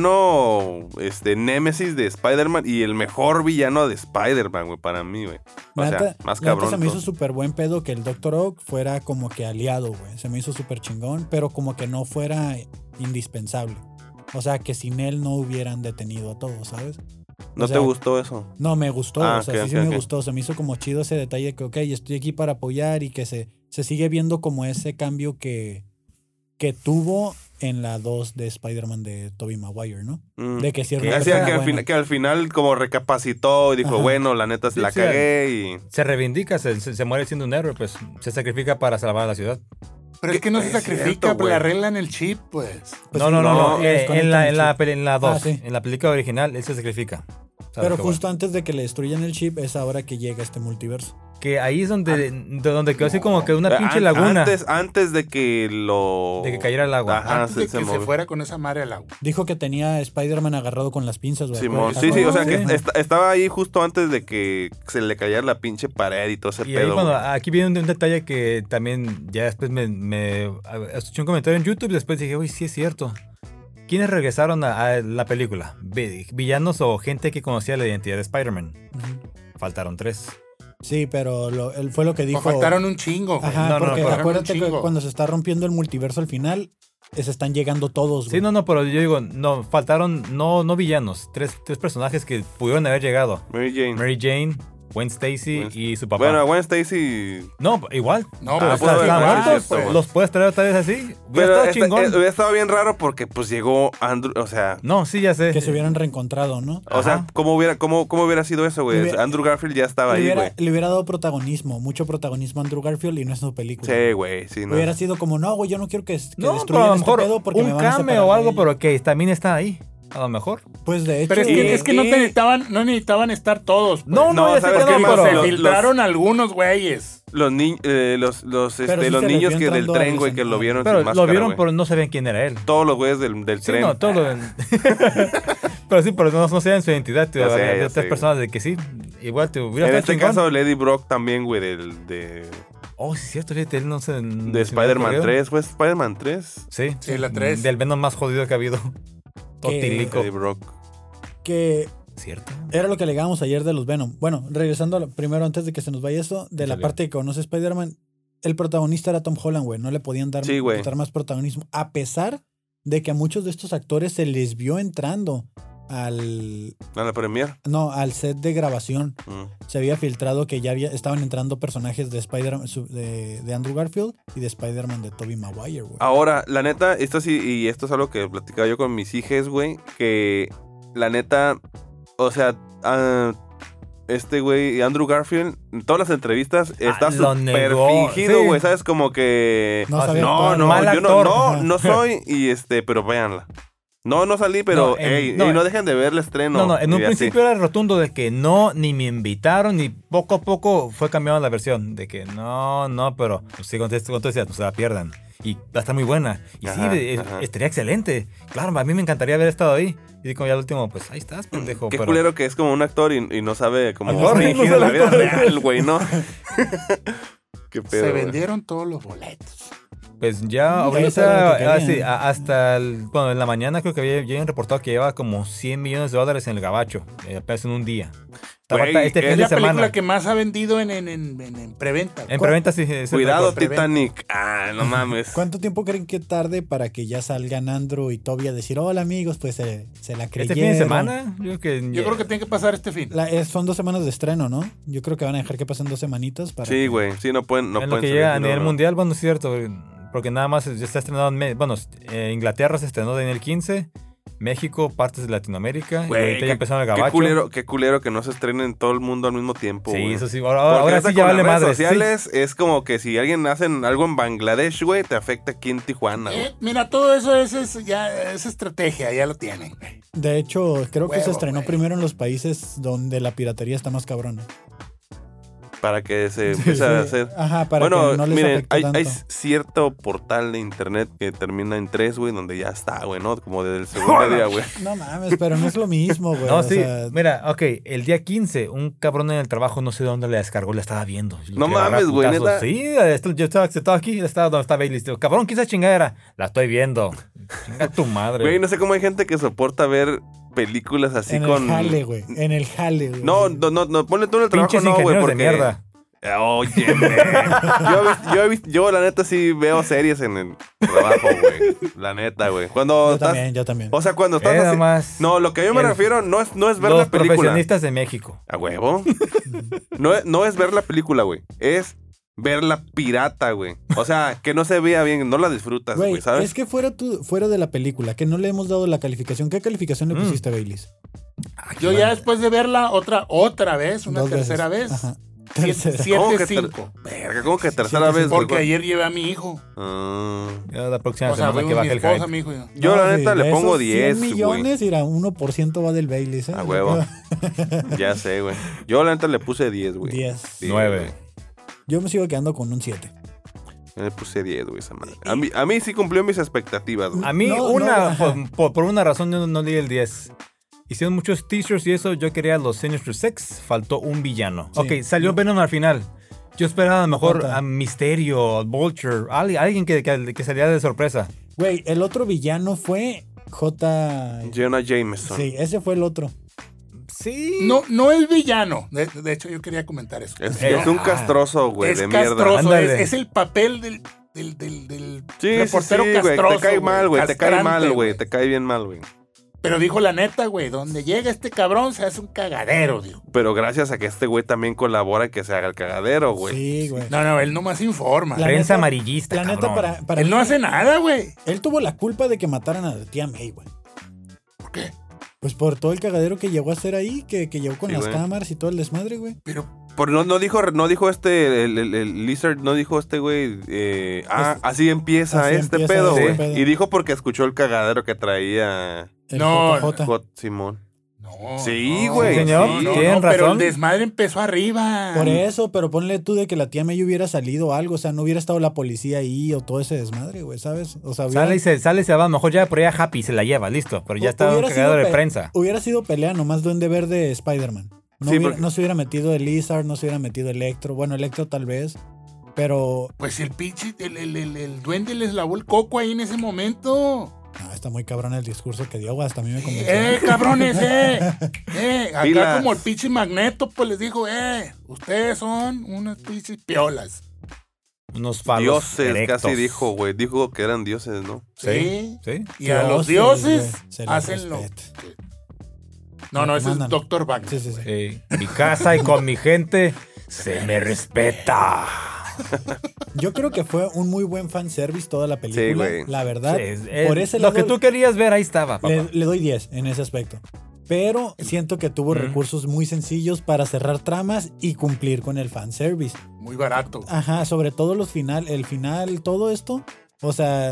Speaker 1: villano, este, némesis de Spider-Man y el mejor villano de Spider-Man, güey, para mí, güey. O
Speaker 2: La
Speaker 1: sea,
Speaker 2: neta-
Speaker 1: más
Speaker 2: la neta
Speaker 1: cabrón.
Speaker 2: Se me hizo
Speaker 1: todo.
Speaker 2: súper buen pedo que el Doctor Oak fuera como que aliado, güey. Se me hizo súper chingón, pero como que no fuera indispensable. O sea, que sin él no hubieran detenido a todos, ¿sabes?
Speaker 1: ¿No
Speaker 2: o sea,
Speaker 1: te gustó eso?
Speaker 2: No, me gustó,
Speaker 1: Ah,
Speaker 2: o sea,
Speaker 1: ok,
Speaker 2: sí,
Speaker 1: ok,
Speaker 2: sí
Speaker 1: ok.
Speaker 2: me gustó. Se me hizo como chido ese detalle que, ok, estoy aquí para apoyar y que se, se sigue viendo como ese cambio que, que tuvo en la 2 de Spider-Man de Tobey Maguire, ¿no?
Speaker 1: Mm.
Speaker 2: De que sí es
Speaker 1: Que,
Speaker 2: una
Speaker 1: hacía
Speaker 2: persona
Speaker 1: que, al
Speaker 2: buena.
Speaker 1: fina- que al final como recapacitó y dijo,
Speaker 2: Ajá.
Speaker 1: bueno, la neta se
Speaker 3: Sí,
Speaker 1: la
Speaker 3: sí,
Speaker 1: cagué y...
Speaker 3: Se reivindica, se, se- se muere siendo un héroe, pues se sacrifica para salvar a la ciudad.
Speaker 4: Pero es que no se
Speaker 1: Es cierto,
Speaker 4: sacrifica, pues, pero
Speaker 1: güey.
Speaker 4: le arreglan el chip, pues.
Speaker 2: Pues
Speaker 3: no,
Speaker 2: sí,
Speaker 3: no, no, no,
Speaker 1: no,
Speaker 3: eh,
Speaker 2: desconectan
Speaker 3: en, la,
Speaker 2: el
Speaker 3: en, la,
Speaker 2: chip.
Speaker 3: peli- en la 2,
Speaker 2: Ah, sí.
Speaker 3: en la película original, él se sacrifica. ¿Sabes
Speaker 2: Pero
Speaker 3: qué,
Speaker 2: justo antes de que le destruyan el chip es ahora que llega este multiverso.
Speaker 3: bueno? Que ahí es
Speaker 2: Ah.
Speaker 3: donde, de donde quedó así como que una
Speaker 1: An-
Speaker 3: pinche laguna.
Speaker 1: Ah, Antes, antes de que lo...
Speaker 3: De que cayera al agua.
Speaker 1: Ajá,
Speaker 4: Antes
Speaker 1: se,
Speaker 4: de
Speaker 1: Ah, se
Speaker 4: que se
Speaker 1: movió.
Speaker 4: fuera con esa madre al agua.
Speaker 2: Dijo que tenía a Spider-Man agarrado con las pinzas, güey.
Speaker 1: Simón.
Speaker 2: ¿Te
Speaker 1: Sí, sí, o sea
Speaker 2: acuerdas?
Speaker 1: que
Speaker 2: Sí.
Speaker 1: est- estaba ahí justo antes de que se le cayera la pinche pared y todo ese
Speaker 3: Y ahí
Speaker 1: pedo.
Speaker 3: cuando-
Speaker 1: güey.
Speaker 3: aquí viene un, un detalle que también ya después me, me- a ver, escuché un comentario en YouTube y después dije, uy, sí es cierto. ¿Quiénes regresaron a, a la película? Vi- ¿Villanos o gente que conocía la identidad de Spider-Man?
Speaker 2: Ujú.
Speaker 3: Faltaron tres.
Speaker 2: Sí, pero lo- él fue lo que dijo.
Speaker 4: Nos faltaron un chingo. güey.
Speaker 2: Ajá,
Speaker 3: No, no,
Speaker 2: porque
Speaker 3: no,
Speaker 2: acuérdate
Speaker 4: un
Speaker 2: que
Speaker 4: chingo.
Speaker 2: cuando se está rompiendo el multiverso al final, eh, se están llegando todos, güey.
Speaker 3: Sí, no, no, pero yo digo, no, faltaron no, no villanos, tres, tres personajes que pudieron haber llegado.
Speaker 1: Mary Jane.
Speaker 3: Mary Jane, Gwen Stacy
Speaker 1: Gwen-
Speaker 3: y su papá.
Speaker 1: Bueno, a Gwen Stacy...
Speaker 3: no, igual.
Speaker 4: No,
Speaker 1: Ah,
Speaker 4: pues,
Speaker 1: pudo
Speaker 3: Están-
Speaker 1: haber
Speaker 3: están
Speaker 1: muerto,
Speaker 3: muertos,
Speaker 1: pues.
Speaker 3: los puedes traer otra vez así. Hubiera
Speaker 1: Pero
Speaker 3: estado
Speaker 1: esta-
Speaker 3: chingón.
Speaker 1: eh, hubiera estado bien raro porque pues llegó Andrew, o sea...
Speaker 3: no, sí, ya sé.
Speaker 2: Que se hubieran reencontrado, ¿no?
Speaker 1: O sea,
Speaker 3: Ajá.
Speaker 1: ¿cómo hubiera, cómo, ¿cómo hubiera sido eso, güey?
Speaker 2: Le hubiera-
Speaker 1: Andrew Garfield ya estaba
Speaker 2: Le
Speaker 1: ahí, güey.
Speaker 2: hubiera, le hubiera dado protagonismo, mucho protagonismo a Andrew Garfield y no es su
Speaker 3: pues,
Speaker 2: película.
Speaker 1: Sí, güey, sí, no.
Speaker 2: Hubiera sido como, no, güey, yo no quiero que, que
Speaker 3: No, pero
Speaker 2: destruyan
Speaker 3: a lo
Speaker 2: este
Speaker 3: mejor
Speaker 2: pedo porque me
Speaker 3: un
Speaker 2: van a
Speaker 3: cambio
Speaker 2: separar
Speaker 3: o
Speaker 2: de
Speaker 3: algo,
Speaker 2: ella".
Speaker 3: pero que también está ahí. A lo mejor.
Speaker 2: Pues de hecho,
Speaker 4: Pero es
Speaker 1: Y-
Speaker 4: que, es que no
Speaker 1: y-
Speaker 4: te necesitaban, no necesitaban estar todos. pues.
Speaker 3: No,
Speaker 1: No,
Speaker 3: no, ya sé
Speaker 1: ¿sabes
Speaker 3: que
Speaker 1: qué?
Speaker 4: Porque
Speaker 3: no,
Speaker 1: Los-
Speaker 4: se
Speaker 3: pero.
Speaker 1: los-
Speaker 4: filtraron algunos güeyes.
Speaker 1: Los, ni- eh, los, los,
Speaker 2: Pero
Speaker 1: este,
Speaker 2: sí
Speaker 1: los
Speaker 2: se les
Speaker 1: niños
Speaker 2: vio
Speaker 1: que del
Speaker 2: entrando
Speaker 1: tren,
Speaker 2: a
Speaker 1: güey, que lo
Speaker 2: Rosenthal.
Speaker 1: vieron
Speaker 3: Pero
Speaker 1: sin
Speaker 3: lo
Speaker 1: máscara,
Speaker 3: vieron,
Speaker 1: güey.
Speaker 3: pero no sabían quién era él.
Speaker 1: Todos los güeyes del, del
Speaker 3: Sí,
Speaker 1: tren.
Speaker 3: no, todo lo- pero sí, pero no, no sabían su identidad. Tío,
Speaker 1: Ya sé,
Speaker 3: había
Speaker 1: ya
Speaker 3: tres
Speaker 1: sé, güey.
Speaker 3: personas de que sí. Igual te hubiera
Speaker 1: en este
Speaker 3: estado chingón.
Speaker 1: caso, Lady Brock también, güey, del, de,
Speaker 3: Oh, sí, es cierto, fíjate, él no se.
Speaker 1: de Spider-Man 3. ¿Fue Spider-man 3?
Speaker 3: Sí.
Speaker 4: Sí, la tres.
Speaker 3: Del Venom más jodido que ha habido. Totilico.
Speaker 1: Lady Brock.
Speaker 2: que
Speaker 3: ¿Cierto?
Speaker 2: Era lo que alegábamos ayer de los Venom. Bueno, regresando a lo- primero, antes de que se nos vaya eso, de la
Speaker 3: Dale.
Speaker 2: parte que conoce Spider-Man, el protagonista era Tom Holland, güey. No le podían dar,
Speaker 1: Sí, güey.
Speaker 2: quitar más protagonismo. A pesar de que a muchos de estos actores se les vio entrando al.
Speaker 1: A la premier.
Speaker 2: No, al set de grabación.
Speaker 1: Mm.
Speaker 2: Se había filtrado que ya había, estaban entrando personajes de Spider su- de, de Andrew Garfield y de Spider-Man de Tobey Maguire, güey.
Speaker 1: Ahora, la neta, esto sí, y esto es algo que platicaba yo con mis hijes, güey, que la neta, o sea, ah, este güey, Andrew Garfield, en todas las entrevistas está
Speaker 3: lo
Speaker 1: súper
Speaker 3: negó,
Speaker 1: fingido,
Speaker 3: sí.
Speaker 1: güey, ¿sabes? Como que...
Speaker 2: No sabía
Speaker 1: no,
Speaker 2: actuar.
Speaker 1: no,
Speaker 3: Ah, Mal
Speaker 1: yo no,
Speaker 3: actor.
Speaker 1: no,
Speaker 2: Ajá.
Speaker 1: no soy, y este, pero véanla. No, no salí, pero,
Speaker 3: No, en-
Speaker 1: ey, ey, no,
Speaker 3: no, en-
Speaker 1: dejen de ver el estreno.
Speaker 3: No, no, en un
Speaker 1: y así.
Speaker 3: principio era rotundo de que no, ni me invitaron, y poco a poco fue cambiando la versión. De que no, no, pero pues, sí, con todo con todo entusiasmo, se la pierdan. Y va a estar muy buena. Y
Speaker 1: Ajá,
Speaker 3: sí, de-
Speaker 1: ajá.
Speaker 3: estaría excelente. Claro, a mí me encantaría haber estado ahí. Y como ya el último, pues ahí estás, pendejo.
Speaker 1: Mm, Qué
Speaker 3: pero-
Speaker 1: culero que es como un actor y, y no sabe cómo
Speaker 3: Actor,
Speaker 1: fingir
Speaker 3: no sabe
Speaker 1: la vida
Speaker 3: actuar.
Speaker 1: real, güey, ¿no? Qué pedo.
Speaker 4: se
Speaker 1: güey.
Speaker 4: vendieron todos los boletos.
Speaker 3: Pues ya
Speaker 2: Ya saben lo que
Speaker 3: ahorita, ah,
Speaker 2: querían.
Speaker 3: sí, a- hasta el- bueno, en la mañana creo que había, ya habían reportado que llevaba como 100 millones de dólares en el gabacho, eh, apenas en un día. Estaba
Speaker 1: Güey,
Speaker 3: hasta este
Speaker 1: es
Speaker 3: fin
Speaker 4: Es
Speaker 3: de
Speaker 4: la película
Speaker 3: semana.
Speaker 4: que más ha vendido en, en, en, en- en preventa.
Speaker 3: En preventa sí. sí, sí,
Speaker 1: Cuidado,
Speaker 3: recuerdo.
Speaker 4: preventa.
Speaker 1: Titanic. Ah, no mames.
Speaker 2: ¿Cuánto tiempo creen que tarde para que ya salgan Andrew y Toby a decir, hola amigos, pues se, se la creyeron?
Speaker 3: Este fin de semana, yo creo que.
Speaker 4: Yo creo que tiene que pasar este fin.
Speaker 2: La- es- son dos semanas de estreno, ¿no? Yo creo que van a dejar que pasen dos semanitas para.
Speaker 1: Sí, güey. Sí, no pueden. No
Speaker 3: en lo
Speaker 1: pueden
Speaker 3: que
Speaker 1: salir,
Speaker 3: llega a
Speaker 1: sí, no,
Speaker 3: nivel
Speaker 1: no.
Speaker 3: mundial, bueno, es cierto, porque nada más ya está estrenado en. me- Bueno, eh, Inglaterra se estrenó en el 15, México, partes de Latinoamérica. y
Speaker 1: Güey,
Speaker 3: ahorita ya
Speaker 1: qué-
Speaker 3: empezaron el
Speaker 1: Qué
Speaker 3: gabacho.
Speaker 1: culero, qué culero que no se estrenen en todo el mundo al mismo tiempo.
Speaker 3: sí,
Speaker 1: güey.
Speaker 3: eso sí. Ahora,
Speaker 1: Porque
Speaker 3: ahora
Speaker 1: ahorita
Speaker 3: sí ya
Speaker 1: con
Speaker 3: vale
Speaker 1: las redes
Speaker 3: madre. sí.
Speaker 1: sociales es como que si alguien hace algo en Bangladesh, güey, te afecta aquí en Tijuana, güey.
Speaker 4: Eh, mira, todo eso es, es- ya, es estrategia, ya lo tienen. güey.
Speaker 2: De hecho, creo que se
Speaker 4: Huevo,
Speaker 2: estrenó
Speaker 4: güey.
Speaker 2: primero en los países donde la piratería está más cabrona.
Speaker 1: Para que se empiece a
Speaker 2: Sí.
Speaker 1: hacer.
Speaker 2: Ajá, para
Speaker 1: bueno,
Speaker 2: que no les
Speaker 1: miren,
Speaker 2: afecte
Speaker 1: hay,
Speaker 2: tanto.
Speaker 1: hay cierto portal de internet que termina en 3, güey, donde ya está, güey, ¿no? Como desde el segundo día, güey.
Speaker 2: No mames, pero no es lo mismo, güey.
Speaker 3: No,
Speaker 2: o
Speaker 3: sí.
Speaker 2: sea,
Speaker 3: Mira, ok, el día 15, un cabrón en el trabajo, no sé dónde la descargó, la estaba viendo.
Speaker 1: No
Speaker 3: Le agarraba
Speaker 1: mames, güey,
Speaker 3: putazos.
Speaker 1: ¿neta?
Speaker 3: Sí, esto- yo estaba sentado aquí, estaba donde está Bailey. Digo, Cabrón, ¿qué es esa chingadera? La estoy viendo. Chinga tu madre.
Speaker 1: Güey, no sé cómo hay gente que soporta ver películas así
Speaker 2: en
Speaker 1: con.
Speaker 2: el jale, güey. En el jale, güey.
Speaker 1: No, no, no, no, ponle tú en el trabajo,
Speaker 3: Pinches
Speaker 1: no, güey,
Speaker 3: ingenieros
Speaker 1: porque.
Speaker 3: de mierda.
Speaker 1: Oye, güey. yo, he visto- yo, he visto- yo, la neta, sí veo series en el trabajo, güey. La neta, güey. Cuando
Speaker 2: Yo
Speaker 1: estás.
Speaker 2: también, yo también.
Speaker 1: O sea, cuando estás.
Speaker 3: Era
Speaker 1: así-
Speaker 3: Eh, más
Speaker 1: No, lo que yo me
Speaker 3: el-
Speaker 1: refiero no es, no es ver
Speaker 3: Los
Speaker 1: la película.
Speaker 3: profesionistas de México.
Speaker 1: A huevo. No, es- no es ver la película, güey. Es verla pirata, güey. O sea, que no se vea bien, no la disfrutas,
Speaker 2: Güey,
Speaker 1: güey, ¿sabes?
Speaker 2: es que fuera, tú, fuera de la película, que no le hemos dado la calificación. ¿Qué calificación le
Speaker 3: Mm.
Speaker 2: pusiste a Baileys?
Speaker 1: Ah,
Speaker 4: Yo ya después de verla otra, otra vez, una
Speaker 2: Dos veces.
Speaker 4: tercera vez,
Speaker 2: Ajá.
Speaker 4: siete-
Speaker 2: Tercera.
Speaker 1: ¿Cómo que
Speaker 4: 7-5.
Speaker 1: Verga, ¿cómo que tercera vez, güey?
Speaker 4: Porque ayer llevé a mi hijo.
Speaker 1: Ah.
Speaker 3: Ya La próxima
Speaker 4: O sea,
Speaker 3: semana que
Speaker 4: fuimos mi
Speaker 3: baje el hype.
Speaker 4: esposa, mi hijo y yo.
Speaker 1: Yo,
Speaker 2: No,
Speaker 1: la
Speaker 2: sí,
Speaker 1: neta,
Speaker 2: de
Speaker 1: le
Speaker 2: esos
Speaker 1: pongo
Speaker 2: 100
Speaker 1: 10, güey.
Speaker 2: millones, irá, 1% va del Baileys, ¿eh?
Speaker 1: A huevo. Ya sé, güey. Yo, la neta, le puse 10, güey.
Speaker 2: 10.
Speaker 1: Sí,
Speaker 3: Nueve.
Speaker 1: güey.
Speaker 2: Yo me sigo quedando con un 7.
Speaker 1: Yo le puse 10, güey, esa madre. A mí, a mí sí cumplió mis expectativas, güey.
Speaker 3: A mí,
Speaker 2: No, no,
Speaker 3: una,
Speaker 2: ajá.
Speaker 3: por, por- por una razón, yo no, no leí el 10. Hicieron muchos t-shirts y eso. Yo quería los Sinister Sex. Faltó un villano.
Speaker 2: Sí.
Speaker 3: Ok, salió Venom al final. Yo esperaba a lo mejor
Speaker 2: falta.
Speaker 3: a Misterio, a Vulture, a alguien, alguien que, que, que saliera de sorpresa.
Speaker 2: Güey, el otro villano fue J.
Speaker 1: Jonah Jameson.
Speaker 2: Sí, ese fue el otro.
Speaker 3: Sí.
Speaker 4: No, no es villano. De, de hecho, yo quería comentar eso.
Speaker 1: Es,
Speaker 3: Eh,
Speaker 1: es un
Speaker 3: ah.
Speaker 1: castroso, güey,
Speaker 4: es
Speaker 1: de mierda.
Speaker 4: castroso, es,
Speaker 3: Ándale.
Speaker 4: es el papel del, del, del, del
Speaker 1: Sí,
Speaker 4: reportero
Speaker 1: sí, sí, güey.
Speaker 4: castroso.
Speaker 1: Te cae mal, güey. Te cae
Speaker 4: castrante,
Speaker 1: mal, güey. Te cae bien mal, güey.
Speaker 4: Pero dijo la neta, güey, donde llega este cabrón se hace un cagadero, digo.
Speaker 1: Pero gracias a que este güey también colabora y que se haga el cagadero, güey.
Speaker 2: Sí, güey.
Speaker 4: No, no, él nomás informa.
Speaker 2: La neta-
Speaker 3: Prensa amarillista.
Speaker 2: La neta,
Speaker 3: cabrón.
Speaker 2: para, para
Speaker 4: él no
Speaker 2: mí,
Speaker 4: hace nada, güey.
Speaker 2: él tuvo la culpa de que mataran a la tía May, güey.
Speaker 4: ¿Por qué?
Speaker 2: Pues por todo el cagadero que llegó a hacer ahí, que, que llegó con
Speaker 1: Sí,
Speaker 2: las
Speaker 1: güey.
Speaker 2: cámaras y todo el desmadre, güey.
Speaker 4: Pero,
Speaker 1: Por, no, no dijo, no dijo este, el, el- el Lizard, no dijo este güey, eh, ah, así empieza
Speaker 2: así
Speaker 1: este
Speaker 2: empieza
Speaker 1: pedo,
Speaker 2: este
Speaker 1: güey.
Speaker 2: pedo.
Speaker 1: Y dijo porque escuchó el cagadero que traía
Speaker 2: El
Speaker 4: No,
Speaker 2: JJ.
Speaker 1: Hot Simón.
Speaker 4: no.
Speaker 1: Sí,
Speaker 4: no,
Speaker 1: güey,
Speaker 4: no,
Speaker 3: señor,
Speaker 4: no, no,
Speaker 3: tienen
Speaker 4: Pero el
Speaker 3: razón.
Speaker 4: desmadre empezó arriba.
Speaker 2: Por eso, pero ponle tú de que la tía May hubiera salido algo, o sea, no hubiera estado la policía ahí o todo ese desmadre, güey, ¿sabes? O sea, hubiera,
Speaker 3: Sale y, se, sale y se va. A lo mejor ya por allá Happy se la lleva, listo. Pero
Speaker 2: hu-
Speaker 3: ya está un
Speaker 2: hubiera sido
Speaker 3: cagador de
Speaker 2: pe-
Speaker 3: prensa.
Speaker 2: Hubiera sido pelea nomás duende verde Spider-Man. No,
Speaker 1: Sí,
Speaker 2: hubiera-
Speaker 1: porque-
Speaker 2: no se hubiera metido el Lizard, no se hubiera metido Electro. Bueno, Electro tal vez, pero
Speaker 4: Pues el pinche, el, el, el, el duende les lavó el coco ahí en ese momento.
Speaker 2: ah, está muy cabrón el discurso que dio, güey, hasta a mí me convenció.
Speaker 4: Eh, cabrones, eh. Eh, acá
Speaker 1: Pilas.
Speaker 4: como el pinche magneto, pues les dijo, eh, ustedes son unas pinches piolas.
Speaker 3: Unos falos.
Speaker 1: Dioses,
Speaker 3: erectos.
Speaker 1: casi dijo, "¿Eh?". güey. Dijo que eran dioses, ¿no?
Speaker 4: Sí.
Speaker 3: Sí.
Speaker 4: Y a los dioses
Speaker 2: güey, se les
Speaker 4: hacen lo.
Speaker 2: respeta.
Speaker 4: No, no, ese es
Speaker 2: Mandan.
Speaker 4: Dr. Wagner.
Speaker 2: Sí, sí, sí.
Speaker 3: Sí. este, Mi casa y con mi gente se me respeta.
Speaker 2: Yo creo que fue un muy buen fanservice toda la película.
Speaker 1: güey.
Speaker 2: la verdad.
Speaker 3: Sí, es- es-
Speaker 2: Ah, por ese
Speaker 3: lo
Speaker 2: lado,
Speaker 3: que tú querías ver, ahí estaba, papá.
Speaker 2: le, le doy 10 en ese aspecto. Pero siento que tuvo recursos muy sencillos para cerrar tramas y cumplir con el fanservice.
Speaker 4: Muy barato.
Speaker 2: Ajá, sobre todo los final, el final, todo esto. O sea,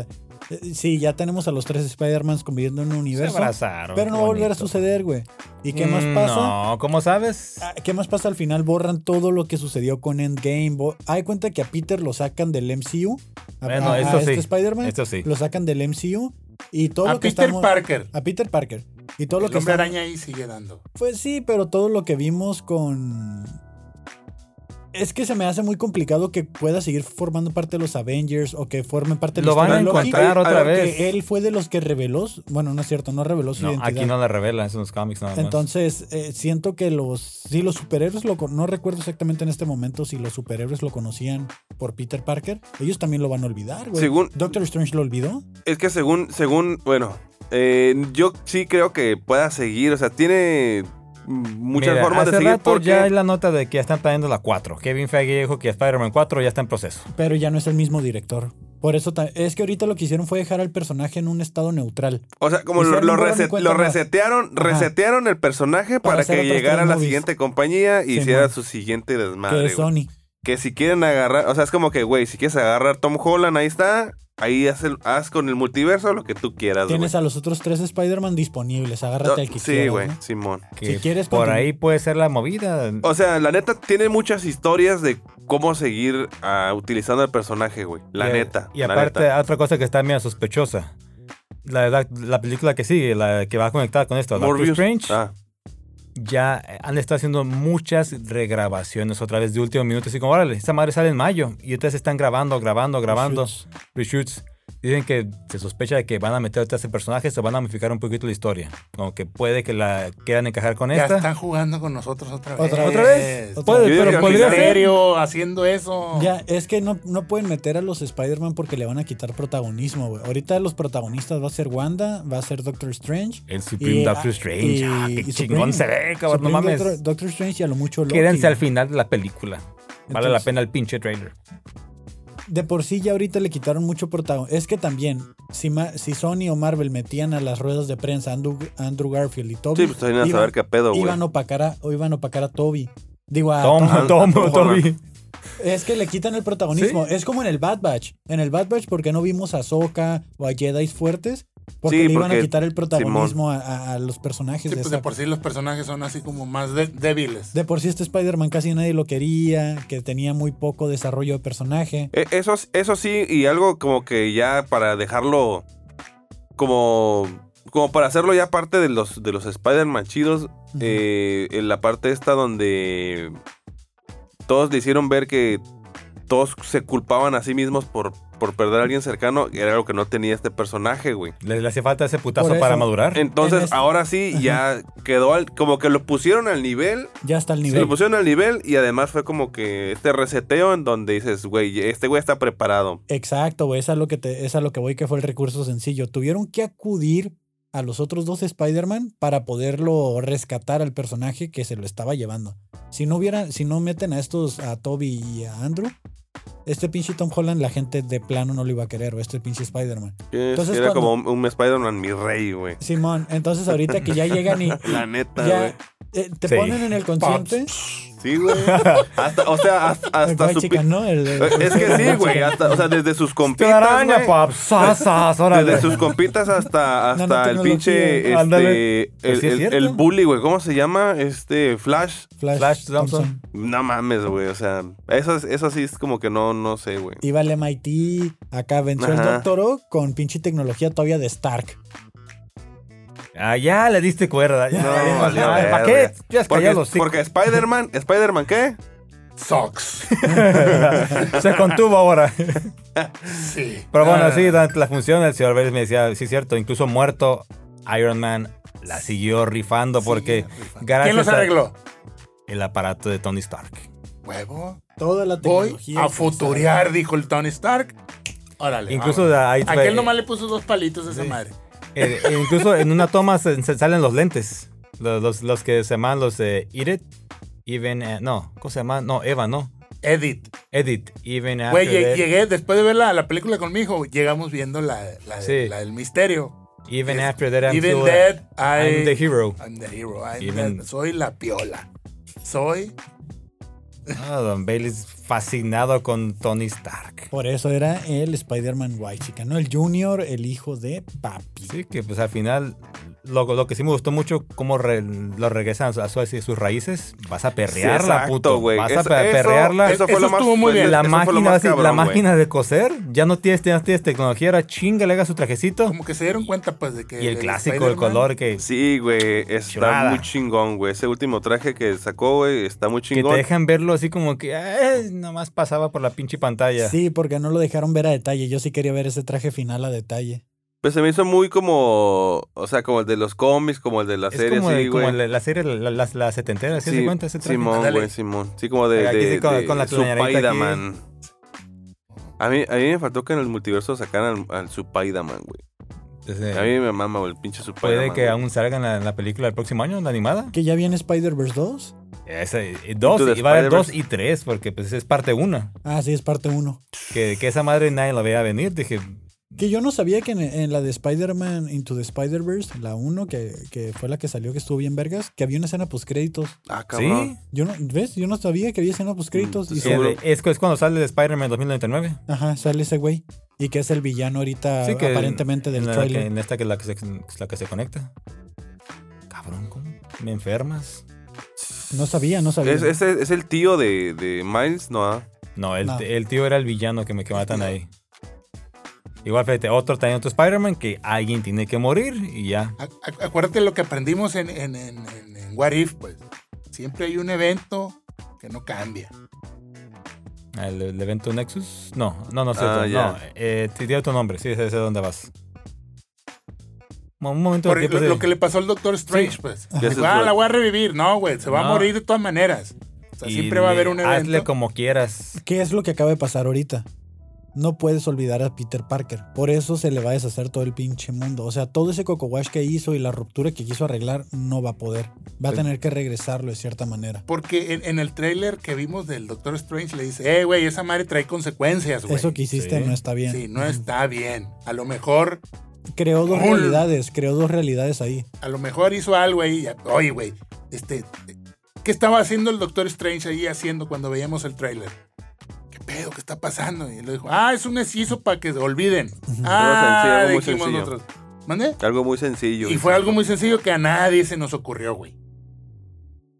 Speaker 2: eh, sí, ya tenemos a los tres Spider-Mans conviviendo en un
Speaker 3: Se
Speaker 2: universo.
Speaker 3: abrazaron.
Speaker 2: Pero no
Speaker 3: qué
Speaker 2: va a volver a
Speaker 3: bonito.
Speaker 2: suceder, güey. ¿Y qué más
Speaker 3: Mm,
Speaker 2: pasa?
Speaker 3: No, ¿cómo sabes?
Speaker 2: Ah, ¿Qué más pasa? Al final borran todo lo que sucedió con Endgame. Bo- Hay cuenta que a Peter lo sacan del MCU. A,
Speaker 3: Bueno,
Speaker 2: a- a
Speaker 3: esto
Speaker 2: este
Speaker 3: sí,
Speaker 2: Spider-Man.
Speaker 3: esto sí.
Speaker 2: Lo sacan del MCU. Y todo
Speaker 4: a
Speaker 2: lo que
Speaker 4: Peter
Speaker 2: estamos-
Speaker 4: Parker.
Speaker 2: A Peter Parker. Y todo lo
Speaker 4: El
Speaker 2: que
Speaker 4: hombre
Speaker 2: está-
Speaker 4: araña ahí sigue dando.
Speaker 2: Pues sí, pero todo lo que vimos con. Es que se me hace muy complicado que pueda seguir formando parte de los Avengers o que forme parte de
Speaker 3: Lo van a encontrar
Speaker 1: Ahí-
Speaker 3: otra
Speaker 1: ahí-
Speaker 3: vez.
Speaker 2: Que él fue de los que reveló. su- Bueno, no es cierto, no reveló su
Speaker 3: No,
Speaker 2: identidad.
Speaker 3: aquí no la revela, es en los cómics nada más.
Speaker 2: Entonces, eh, siento que los. Sí, los superhéroes lo. con- No recuerdo exactamente en este momento si los superhéroes lo conocían por Peter Parker. Ellos también lo van a olvidar, güey.
Speaker 1: Según-
Speaker 2: Doctor Strange lo olvidó.
Speaker 1: Es que según, según, bueno, eh, yo sí creo que pueda seguir, o sea, tiene muchas
Speaker 3: Mira,
Speaker 1: formas de
Speaker 3: hace
Speaker 1: seguir
Speaker 3: rato
Speaker 1: porque
Speaker 3: ya hay la nota de que ya están trayendo la 4. Kevin Feige dijo que Spider-Man 4 ya está en proceso.
Speaker 2: Pero ya no es el mismo director. Por eso ta- es que ahorita lo que hicieron fue dejar al personaje en un estado neutral.
Speaker 1: O sea, como lo,
Speaker 2: Hicieron
Speaker 1: lo
Speaker 2: un borrón y
Speaker 1: rese-
Speaker 2: cuenta
Speaker 1: lo
Speaker 2: nueva.
Speaker 1: resetearon,
Speaker 2: Ajá.
Speaker 1: resetearon el personaje para,
Speaker 2: Para hacer
Speaker 1: que
Speaker 2: otras
Speaker 1: llegara a
Speaker 2: tres
Speaker 1: la
Speaker 2: movies.
Speaker 1: siguiente compañía y
Speaker 2: Sí,
Speaker 1: hiciera
Speaker 2: man.
Speaker 1: su siguiente
Speaker 2: que
Speaker 1: desmadre. güey.
Speaker 2: es Sony.
Speaker 1: Que si quieren agarrar, o sea, es como que, güey, si quieres agarrar Tom Holland, ahí está. Ahí haz, el- haz con el multiverso lo que tú quieras, güey.
Speaker 2: Tienes a los otros tres Spider-Man disponibles. Agárrate al que
Speaker 1: Sí,
Speaker 2: quieras,
Speaker 1: güey,
Speaker 2: ¿no?
Speaker 1: Simón.
Speaker 3: Que
Speaker 2: Si quieres
Speaker 3: por
Speaker 2: continu-
Speaker 3: ahí puede ser la movida.
Speaker 1: O sea, la neta tiene muchas historias de cómo seguir ah, utilizando al personaje, güey. La
Speaker 3: Y-
Speaker 1: neta.
Speaker 3: Y
Speaker 1: la
Speaker 3: aparte,
Speaker 1: neta.
Speaker 3: otra cosa que está medio sospechosa. La, la- la película que sigue, la que va a conectar con esto, Doctor
Speaker 1: Morbius.
Speaker 3: Strange,
Speaker 1: Ah,
Speaker 3: ya han estado haciendo muchas regrabaciones otra vez de último minuto. Así como, órale, esta madre sale en mayo. Y ustedes están grabando, grabando, grabando.
Speaker 2: Shoots.
Speaker 3: Reshoots. Dicen que se sospecha de que van a meter a ese personaje, se van a modificar un poquito la historia. Como que puede que la quieran encajar con
Speaker 4: Ya
Speaker 3: esta.
Speaker 4: están jugando con nosotros otra vez.
Speaker 2: Otra-
Speaker 3: ¿Otra vez?
Speaker 4: Este,
Speaker 2: Otra
Speaker 3: Puede,
Speaker 1: vez. Yo digo
Speaker 3: pero
Speaker 1: que al
Speaker 3: podría
Speaker 4: ¿En
Speaker 1: final-
Speaker 3: ser.
Speaker 4: serio haciendo eso?
Speaker 2: Ya, es que no, no pueden meter a los Spider-Man porque le van a quitar protagonismo, güey. Ahorita los protagonistas va a ser Wanda, va a ser Doctor Strange.
Speaker 3: El Supreme
Speaker 2: y-
Speaker 3: Doctor
Speaker 2: ah,
Speaker 3: Strange.
Speaker 2: y-
Speaker 3: ah, qué
Speaker 2: y Supreme-
Speaker 3: chingón se ve, cabrón. No
Speaker 2: Supreme
Speaker 3: mames.
Speaker 2: Doctor, Doctor Strange y a lo mucho Loki.
Speaker 3: Quédense al
Speaker 2: güey.
Speaker 3: final de la película. Vale la
Speaker 2: Entonces-
Speaker 3: pena el pinche trailer.
Speaker 2: De por sí ya ahorita le quitaron mucho protagonismo. Es que también, si, Ma- si Sony o Marvel metían a las ruedas de prensa a Andrew, Andrew Garfield y Toby,
Speaker 1: sí, pues también a
Speaker 2: iban-
Speaker 1: saber qué pedo, güey.
Speaker 2: iban, a opacar a, o iban a opacar a Toby. Digo, a
Speaker 3: Tom,
Speaker 2: Tom.
Speaker 1: ah,
Speaker 3: Tom,
Speaker 1: ah,
Speaker 3: Toby.
Speaker 2: es que le quitan el protagonismo. Es como en el Bad Batch. En el Bad Batch, porque no vimos a Soka o a Jedi fuertes? Porque
Speaker 1: Sí,
Speaker 2: le iban
Speaker 1: porque-
Speaker 2: a quitar el protagonismo a, a- a los personajes.
Speaker 4: Sí,
Speaker 2: de,
Speaker 4: pues de
Speaker 2: esa-
Speaker 4: por sí los personajes son así como más de- débiles.
Speaker 2: de por sí este Spider-Man casi nadie lo quería, que tenía muy poco desarrollo de personaje.
Speaker 1: Eh, Eso, eso sí, y algo como que ya para dejarlo como, como para hacerlo ya parte de los, de los Spider-Man chidos,
Speaker 2: Ujú.
Speaker 1: eh, en la parte esta donde todos le hicieron ver que todos se culpaban a sí mismos por, por perder a alguien cercano, era algo que no tenía este personaje, güey.
Speaker 3: Le, le hace falta ese putazo
Speaker 2: Por eso.
Speaker 3: para madurar.
Speaker 1: Entonces,
Speaker 2: En este-
Speaker 1: ahora sí, ya quedó al, como que lo pusieron al nivel
Speaker 2: ya está el
Speaker 1: se
Speaker 2: nivel.
Speaker 1: lo pusieron al nivel y además fue como que este reseteo en donde dices, güey, este güey está preparado.
Speaker 2: Exacto, güey. Es a lo que te, es a lo que voy que fue el recurso sencillo. Tuvieron que acudir a los otros dos Spider-Man para poderlo rescatar al personaje que se lo estaba llevando. Si no hubiera, si no meten a estos, a Toby y a Andrew, este pinche Tom Holland, la gente de plano no lo iba a querer, o este pinche Spider-Man.
Speaker 1: Que
Speaker 2: Entonces,
Speaker 1: Eh, era
Speaker 2: cuando-
Speaker 1: como un, un Spider-Man, mi rey, güey.
Speaker 2: Simón, entonces ahorita que ya llegan y
Speaker 1: La neta, güey.
Speaker 2: ya eh, te
Speaker 3: Sí.
Speaker 2: ponen en el consciente.
Speaker 1: Sí, güey. Hasta, o sea, hasta,
Speaker 2: el
Speaker 1: hasta
Speaker 2: guay
Speaker 1: su
Speaker 2: chica,
Speaker 1: pi-
Speaker 2: ¿no? El- el-
Speaker 1: Es que sí, güey. hasta- O sea, desde sus compitas.
Speaker 3: Araña,
Speaker 1: güey,
Speaker 3: pap, sasas,
Speaker 1: Desde
Speaker 3: órale.
Speaker 1: sus compitas hasta, hasta el
Speaker 2: Nanotecnología.
Speaker 1: pinche.
Speaker 3: Ándale.
Speaker 1: Este,
Speaker 3: Pues
Speaker 1: el,
Speaker 3: sí es
Speaker 1: el-
Speaker 3: cierto.
Speaker 1: el bully, güey. ¿Cómo se llama? Este, Flash.
Speaker 2: Flash,
Speaker 3: Flash
Speaker 2: Thompson.
Speaker 3: Thompson.
Speaker 1: No mames, güey. O sea, eso, es- eso sí es como que no, no sé, güey.
Speaker 2: Iba al MIT, acá venció el
Speaker 1: Ajá.
Speaker 2: Doctor O con pinche tecnología todavía de Stark.
Speaker 3: Ah, ya le diste cuerda. Ya,
Speaker 1: No,
Speaker 3: ya.
Speaker 1: valió
Speaker 3: Ah,
Speaker 1: verga.
Speaker 3: ¿Para qué? Ya es
Speaker 1: Porque,
Speaker 3: callado, sí.
Speaker 1: porque Spider-Man, ¿Spider-Man qué?
Speaker 4: Socks.
Speaker 3: Se contuvo ahora.
Speaker 4: Sí.
Speaker 3: Pero bueno,
Speaker 4: Ah,
Speaker 3: sí, durante la función el señor Vélez me decía, sí es cierto, incluso muerto, Iron Man la siguió rifando porque gracias
Speaker 4: ¿Quién los
Speaker 3: a-
Speaker 4: arregló?
Speaker 3: el aparato de Tony Stark.
Speaker 4: Huevo.
Speaker 2: Toda la
Speaker 4: Voy
Speaker 2: tecnología.
Speaker 4: a
Speaker 2: que
Speaker 4: futurear, dijo el Tony Stark. Órale.
Speaker 3: Incluso
Speaker 4: vámonos.
Speaker 3: ahí fue-
Speaker 4: Aquel nomás le puso dos palitos a esa madre.
Speaker 3: Eh, eh, incluso en una toma se, se salen los lentes. Los, los- los que se llaman los eh, Edit. Even. eh, no, ¿cómo se llama? No, Eva, no.
Speaker 4: Edit.
Speaker 3: Edit. Even.
Speaker 4: Güey,
Speaker 3: after
Speaker 4: lle-
Speaker 3: that,
Speaker 4: llegué, después de ver la, la película con mi hijo, llegamos viendo la, la,
Speaker 3: Sí.
Speaker 4: la del misterio.
Speaker 3: Even
Speaker 4: Es-
Speaker 3: after that, I'm
Speaker 4: Even
Speaker 3: still-
Speaker 4: dead, I-
Speaker 3: I'm the hero.
Speaker 4: I'm the hero. I'm
Speaker 3: Even-
Speaker 4: the- soy la piola. Soy.
Speaker 3: Ah, Don Bailey es fascinado con Tony Stark.
Speaker 2: Por eso era el Spider-Man White Chica, ¿no? El Junior, el hijo de papi.
Speaker 3: Sí, que pues al final. Lo, lo que sí me gustó mucho, cómo re- lo regresan a, su- a sus raíces. Vas a perrearla,
Speaker 1: exacto,
Speaker 3: puto.
Speaker 1: güey.
Speaker 3: Vas a
Speaker 1: Eso-
Speaker 3: pe-
Speaker 1: eso-
Speaker 3: perrearla.
Speaker 1: Eso, fue
Speaker 4: Eso
Speaker 1: lo más,
Speaker 4: estuvo muy
Speaker 1: pues,
Speaker 4: bien.
Speaker 3: la
Speaker 1: eso fue lo
Speaker 3: máquina,
Speaker 1: más
Speaker 3: así, la
Speaker 1: cabrón, güey.
Speaker 3: máquina de coser, ya no tienes, ya no tienes tecnología, ahora chinga, le haga su trajecito.
Speaker 4: Como que se dieron cuenta, pues, de que.
Speaker 2: Eh,
Speaker 3: Y el clásico, el
Speaker 4: Spider-Man-
Speaker 3: color que,
Speaker 1: Sí, güey, está
Speaker 3: Chulada.
Speaker 1: muy chingón, güey. Ese último traje que sacó, güey, está muy
Speaker 3: que te
Speaker 1: chingón.
Speaker 3: dejan verlo así como que eh, nomás pasaba por la pinche pantalla.
Speaker 2: Sí, porque no lo dejaron ver a detalle. Yo sí quería ver ese traje final a detalle.
Speaker 1: Pues se me hizo muy como, o sea, como el de los cómics, como el de la
Speaker 3: es
Speaker 1: serie,
Speaker 3: como,
Speaker 1: sí,
Speaker 3: el- como
Speaker 1: güey.
Speaker 3: la, la serie, la, la- la setentera, ¿sí, se cuenta ese traje?
Speaker 1: Simón,
Speaker 4: Ándale.
Speaker 1: güey, Simón. Sí, como de,
Speaker 3: Aquí
Speaker 1: de,
Speaker 3: sí, con-
Speaker 1: de
Speaker 3: con la
Speaker 1: su
Speaker 3: telarañita aquí.
Speaker 1: Spider-Man. A mí, a mí me faltó que en el multiverso sacaran al, al Supaidaman, güey.
Speaker 3: Entonces,
Speaker 1: A mí me mama, güey, el pinche Supaidaman.
Speaker 3: Puede que
Speaker 1: güey.
Speaker 3: aún salga en la, en la película del próximo año, la animada.
Speaker 2: ¿Que ya viene Spider-Verse 2?
Speaker 3: Esa, y dos,
Speaker 1: Into the
Speaker 3: y va a haber
Speaker 1: Spider-Verse.
Speaker 3: dos y tres, porque pues es parte una.
Speaker 2: Ah, sí, es parte 1.
Speaker 3: Que, que esa madre nadie la veía venir. Dije,
Speaker 2: Que yo no sabía que en, en la de Spider-Man Into the Spider-Verse, la 1, que, que fue la que salió, que estuvo bien vergas, que había una escena post-créditos.
Speaker 1: Ah, cabrón.
Speaker 3: ¿sí?
Speaker 2: Yo no, ¿Ves? Yo no sabía que había escena post-créditos.
Speaker 1: Mm,
Speaker 2: y
Speaker 1: sí,
Speaker 2: sale-
Speaker 3: Que
Speaker 1: Seguro.
Speaker 3: de- Es, es cuando sale de Spider-Man 2099.
Speaker 2: ajá, sale ese güey. Y que es el villano ahorita,
Speaker 3: Sí, que
Speaker 2: Ah, aparentemente, del
Speaker 3: en la Que,
Speaker 2: trailer.
Speaker 3: en esta que es la que, se, es la que se conecta. Cabrón, ¿cómo? ¿Me enfermas?
Speaker 2: No sabía, no sabía.
Speaker 1: ¿Es, es, es el tío de, de Miles, ¿no? ah?
Speaker 3: No, el,
Speaker 2: No.
Speaker 3: el tío era el villano que me que matan ahí. Igual, fíjate, otro también otro Spider-Man que alguien tiene que morir y ya.
Speaker 4: Ac- ac- Acuérdate lo que aprendimos en, en, en, en- en What If, pues. Siempre hay un evento que no cambia.
Speaker 3: El, el evento Nexus. No, no, no, cierto.
Speaker 1: Ah, ya.
Speaker 3: No, eh, te di otro nombre, sí, sé sé dónde vas. Mo- Un momento,
Speaker 4: Por
Speaker 3: ¿qué
Speaker 4: lo,
Speaker 3: pasa?
Speaker 4: lo que le pasó al Doctor Strange, pues.
Speaker 1: Ya
Speaker 4: Dijo,
Speaker 1: se
Speaker 4: ah,
Speaker 1: fue.
Speaker 4: la voy a revivir. No, güey, se va
Speaker 3: No.
Speaker 4: a morir de todas maneras. O sea,
Speaker 3: Y
Speaker 4: siempre va a
Speaker 3: le-
Speaker 4: haber un
Speaker 3: Hazle
Speaker 4: evento.
Speaker 3: como quieras.
Speaker 2: ¿Qué es lo que acaba de pasar ahorita? No puedes olvidar a Peter Parker. Por eso se le va a deshacer todo el pinche mundo. O sea, todo ese cocowash que hizo y la ruptura que quiso arreglar no va a poder. Va a
Speaker 3: Sí.
Speaker 2: tener que regresarlo de cierta manera.
Speaker 4: Porque en, en el trailer que vimos del Doctor Strange le dice, eh, güey, esa madre trae consecuencias, güey.
Speaker 2: Eso que hiciste
Speaker 3: sí.
Speaker 2: no está bien.
Speaker 4: Sí, no está bien. A lo mejor,
Speaker 2: Creó dos
Speaker 4: Ul.
Speaker 2: realidades, creó dos realidades ahí.
Speaker 4: a lo mejor hizo algo ahí. ya- Oye, güey, este, ¿qué estaba haciendo el Doctor Strange ahí haciendo cuando veíamos el tráiler? ¿Qué pedo? ¿Qué está pasando? Y le dijo, ah, es un hechizo para que se olviden. Ah,
Speaker 1: Algo sencillo, algo muy
Speaker 4: dijimos
Speaker 1: sencillo. "Pues,
Speaker 4: nosotros. ¿Mande?
Speaker 1: Algo muy sencillo.
Speaker 4: Y fue algo muy sencillo que a nadie se nos ocurrió, güey.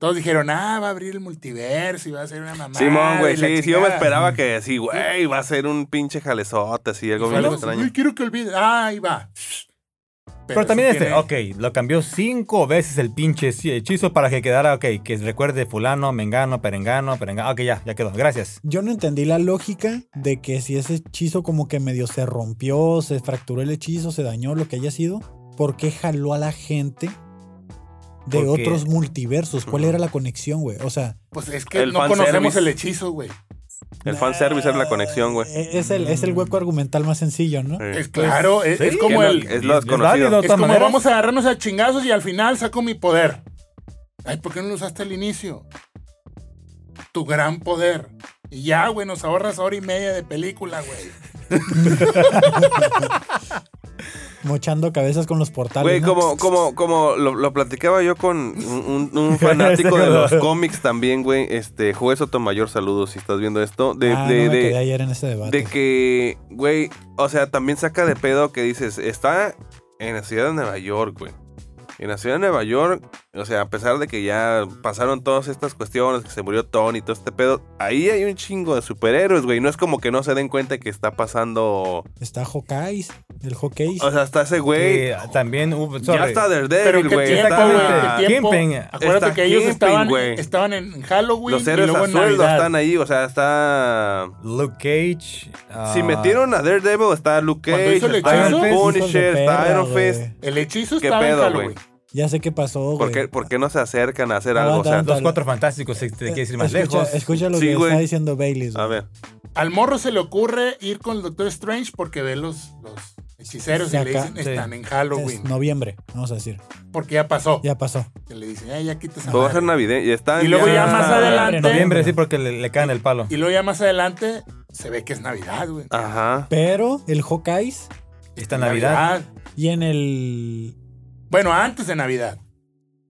Speaker 4: Todos dijeron, ah, va a abrir el multiverso y va a ser una mamá.
Speaker 1: Simón, güey, sí, sí, yo me esperaba que así, güey, va a ser un pinche jalezote, así, algo bien extraño.
Speaker 4: quiero que olvide. Ah, ahí va. Pero,
Speaker 3: Pero, también
Speaker 4: sí
Speaker 3: este,
Speaker 4: tiene-
Speaker 3: ok, lo cambió cinco veces el pinche sí- hechizo para que quedara, ok, que recuerde fulano, mengano, perengano, perengano. Ok, ya, ya quedó, gracias.
Speaker 2: Yo no entendí la lógica de que si ese hechizo como que medio se rompió, se fracturó el hechizo, se dañó, lo que haya sido, ¿por qué jaló a la gente de
Speaker 3: Porque-
Speaker 2: otros multiversos? ¿Cuál
Speaker 1: Ujú.
Speaker 2: era la conexión, güey? O sea,
Speaker 4: Pues es que
Speaker 1: El
Speaker 4: no
Speaker 1: fanservice.
Speaker 4: conocemos el hechizo, güey.
Speaker 1: El fanservice era la conexión, güey.
Speaker 2: e- es el, es el hueco argumental más sencillo, ¿no?
Speaker 1: Sí.
Speaker 4: Es claro, es,
Speaker 3: Sí,
Speaker 4: es como
Speaker 1: que no-
Speaker 4: el.
Speaker 1: Es lo desconocido.
Speaker 3: válido, de
Speaker 4: Es
Speaker 3: todas
Speaker 4: como
Speaker 3: maneras.
Speaker 4: vamos a agarrarnos a chingazos y al final saco mi poder. Ay, ¿por qué no lo usaste al inicio? Tu gran poder. Y ya, güey, nos ahorras hora y media de película, güey.
Speaker 2: Mochando cabezas con los portales.
Speaker 1: Güey,
Speaker 2: ¿no?
Speaker 1: como, como, como lo, lo platicaba yo con un, un- un fanático de los cómics también, güey. Este, Juez Sotomayor, saludos si estás viendo esto. De,
Speaker 2: Ah,
Speaker 1: de-
Speaker 2: no me
Speaker 1: de-
Speaker 2: quedé ayer en ese debate.
Speaker 1: de que, güey, o sea, también saca de pedo que dices, está en la ciudad de Nueva York, güey. En la ciudad de Nueva York, o sea, a pesar de que ya pasaron todas estas cuestiones, que se murió Tony y todo este pedo, ahí hay un chingo de superhéroes, güey. No es como que no se den cuenta que está pasando.
Speaker 2: Está Hawkeye, el Hawkeye.
Speaker 1: O sea, está ese güey.
Speaker 3: Que también hubo.
Speaker 1: Ya
Speaker 3: sorry.
Speaker 1: está
Speaker 4: Pero
Speaker 1: Daredevil,
Speaker 4: qué
Speaker 1: güey.
Speaker 4: tiempo,
Speaker 1: está-
Speaker 4: güey.
Speaker 3: está-
Speaker 4: ¿Qué tiempo?
Speaker 3: Kimping.
Speaker 4: Acuérdate
Speaker 1: Está
Speaker 4: que ellos
Speaker 1: Kimping,
Speaker 4: estaban,
Speaker 1: güey.
Speaker 4: estaban en Halloween
Speaker 1: Los
Speaker 4: y
Speaker 1: héroes
Speaker 4: luego
Speaker 1: a
Speaker 4: en
Speaker 1: sueldo
Speaker 4: Navidad.
Speaker 1: están ahí, o sea, está...
Speaker 3: Luke Cage. ah,
Speaker 1: Si metieron a Daredevil, está Luke
Speaker 4: Cuando
Speaker 1: Cage,
Speaker 4: hizo el
Speaker 1: está
Speaker 4: hechizo,
Speaker 1: el Punisher,
Speaker 2: Hijos de
Speaker 1: está
Speaker 2: perra,
Speaker 1: Iron
Speaker 2: güey.
Speaker 1: Fist.
Speaker 4: El hechizo
Speaker 1: ¿Qué
Speaker 4: estaba en
Speaker 1: pedo,
Speaker 4: Halloween.
Speaker 1: güey?
Speaker 2: Ya sé qué pasó, güey.
Speaker 1: ¿Por qué, por qué no se acercan a hacer
Speaker 2: No,
Speaker 1: algo? O sea,
Speaker 2: tanto.
Speaker 3: Los ah, cuatro fantásticos, si te quieres ir más
Speaker 2: Eh, escucha,
Speaker 3: lejos.
Speaker 2: Escucha lo
Speaker 1: Sí,
Speaker 2: que
Speaker 1: güey.
Speaker 2: está diciendo Bailey.
Speaker 1: a ver.
Speaker 4: Al morro se le ocurre ir con el Doctor Strange porque ve los, los hechiceros
Speaker 2: Se
Speaker 4: y le
Speaker 2: acá-
Speaker 4: dicen
Speaker 3: sí.
Speaker 4: están en
Speaker 2: Es
Speaker 4: Halloween.
Speaker 2: noviembre, vamos a decir.
Speaker 4: Porque ya pasó.
Speaker 2: Ya pasó.
Speaker 4: Y le dicen, "Ay, ya quita esa
Speaker 1: Todo pues va a
Speaker 4: madre".
Speaker 1: ser navideño. Y están
Speaker 4: Y luego ya más
Speaker 3: Ah,
Speaker 4: adelante.
Speaker 3: Noviembre, sí, porque le, le caen el palo.
Speaker 4: Y luego ya más adelante se ve que es Navidad, güey.
Speaker 1: Ajá.
Speaker 2: Pero el Hawkeye
Speaker 3: Esta Navidad.
Speaker 2: y en el.
Speaker 4: Bueno, antes de Navidad.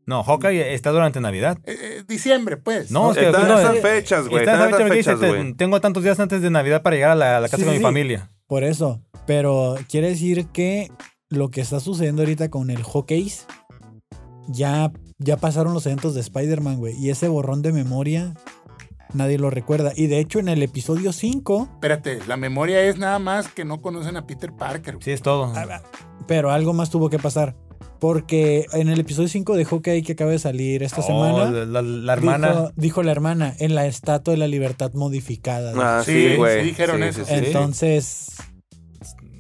Speaker 3: No, Hawkeye está durante Navidad.
Speaker 4: Eh, eh, diciembre, pues.
Speaker 3: No, es que
Speaker 1: Están
Speaker 3: no,
Speaker 1: esas
Speaker 3: eh,
Speaker 1: fechas, güey.
Speaker 3: Está en
Speaker 1: Están
Speaker 3: esa fecha
Speaker 1: esas
Speaker 3: donde dice,
Speaker 1: fechas, güey.
Speaker 3: "Ten- tengo tantos días antes de Navidad para llegar a la, a la casa
Speaker 2: Sí,
Speaker 3: con
Speaker 2: sí,
Speaker 3: mi
Speaker 2: sí.
Speaker 3: familia.
Speaker 2: Por eso. Pero quiere decir que lo que está sucediendo ahorita con el Hawkeye. Ya, ya pasaron los eventos de Spider-Man, güey. Y ese borrón de memoria. Nadie lo recuerda. Y de hecho, en el episodio 5.
Speaker 4: Espérate, la memoria es nada más que no conocen a Peter Parker. güey.
Speaker 3: Sí, es todo.
Speaker 2: Ah, Pero algo más tuvo que pasar. Porque en el episodio 5 de Hawkeye que acaba de salir esta
Speaker 3: Oh,
Speaker 2: semana.
Speaker 3: la, la- la hermana.
Speaker 2: Dijo, dijo la hermana, en la estatua de la libertad modificada. güey.
Speaker 1: Ah,
Speaker 4: Sí,
Speaker 1: sí, güey.
Speaker 4: sí dijeron
Speaker 1: sí,
Speaker 4: eso.
Speaker 1: sí.
Speaker 2: Entonces,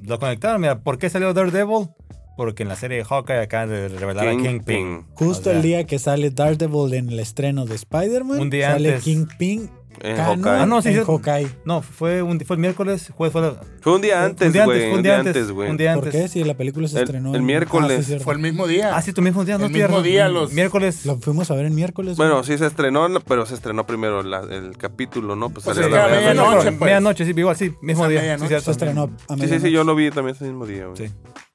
Speaker 3: Lo conectaron, mira, ¿por qué salió Daredevil? Porque en la serie de Hawkeye acá de revelar a
Speaker 1: Kingpin.
Speaker 3: Kingpin.
Speaker 2: justo
Speaker 3: O sea,
Speaker 2: el día que sale Daredevil en el estreno de Spider-Man,
Speaker 3: Un día
Speaker 2: sale
Speaker 3: antes.
Speaker 2: Kingpin
Speaker 1: en
Speaker 2: Canon
Speaker 1: Hawkeye.
Speaker 3: Ah, no, sí,
Speaker 2: en
Speaker 3: sí.
Speaker 2: Hawkeye.
Speaker 3: No, fue, un, fue el miércoles, jueves, fue la-
Speaker 1: Fue un día antes, güey. Un día antes,
Speaker 3: Un
Speaker 1: güey.
Speaker 3: día
Speaker 2: ¿Por
Speaker 3: antes.
Speaker 2: qué? Si la película se
Speaker 1: El-
Speaker 2: estrenó.
Speaker 1: el
Speaker 2: en-
Speaker 1: miércoles.
Speaker 2: Ah, sí, es cierto.
Speaker 4: Fue el mismo día.
Speaker 3: Ah, sí, tu mismo día,
Speaker 4: El
Speaker 3: no
Speaker 4: mismo
Speaker 3: tierra.
Speaker 4: día, los-
Speaker 3: Miércoles.
Speaker 2: Lo fuimos a ver en miércoles. güey.
Speaker 1: Bueno, sí se estrenó, no, pero se estrenó primero la- el capítulo, ¿no? Pues,
Speaker 4: Pues
Speaker 1: salió
Speaker 4: es
Speaker 1: a
Speaker 4: que
Speaker 1: la
Speaker 4: a
Speaker 1: media-
Speaker 4: medianoche,
Speaker 3: Medianoche,
Speaker 4: pues.
Speaker 3: Medianoche, sí, igual, sí, mismo
Speaker 4: Esa
Speaker 3: día. Sí,
Speaker 4: medianoche.
Speaker 3: cierto.
Speaker 2: se estrenó a
Speaker 1: Sí, sí, sí,
Speaker 2: medianoche.
Speaker 1: yo lo vi también ese mismo día, güey.
Speaker 3: Sí,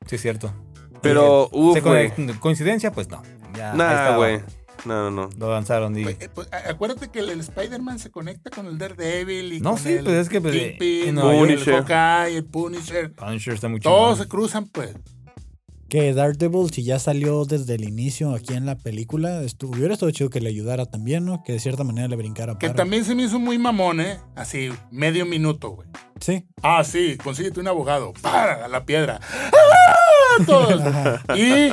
Speaker 3: sí, es cierto.
Speaker 1: Pero,
Speaker 3: Sí,
Speaker 1: uf,
Speaker 3: ¿se
Speaker 1: güey.
Speaker 3: conect- ¿Coincidencia? Pues no. Ya, ahí
Speaker 1: Nah,
Speaker 3: estaba.
Speaker 1: güey. No, no, no.
Speaker 3: Lo lanzaron y...
Speaker 4: Pues, eh, pues, a- acuérdate que el, el Spider-Man se conecta con el Daredevil y
Speaker 3: No,
Speaker 4: con
Speaker 3: sí,
Speaker 4: el
Speaker 3: pues, es que, pues,
Speaker 4: Kingpin,
Speaker 3: en
Speaker 4: el
Speaker 1: Nueva York.
Speaker 4: Hawkeye, el Punisher.
Speaker 3: Punisher está muy
Speaker 4: Todos
Speaker 3: chingón.
Speaker 4: se cruzan, pues.
Speaker 2: Que Daredevil, si ya salió desde el inicio aquí en la película, estuvo, hubiera estado chido que le ayudara también, ¿no? Que de cierta manera le brincara
Speaker 4: Que
Speaker 2: paro.
Speaker 4: también se me hizo muy mamón, ¿eh? Así, medio minuto, güey.
Speaker 2: Sí.
Speaker 4: Ah, sí, consíguete un abogado. ¡Para! A la piedra. ¡Ah! Todos. Y.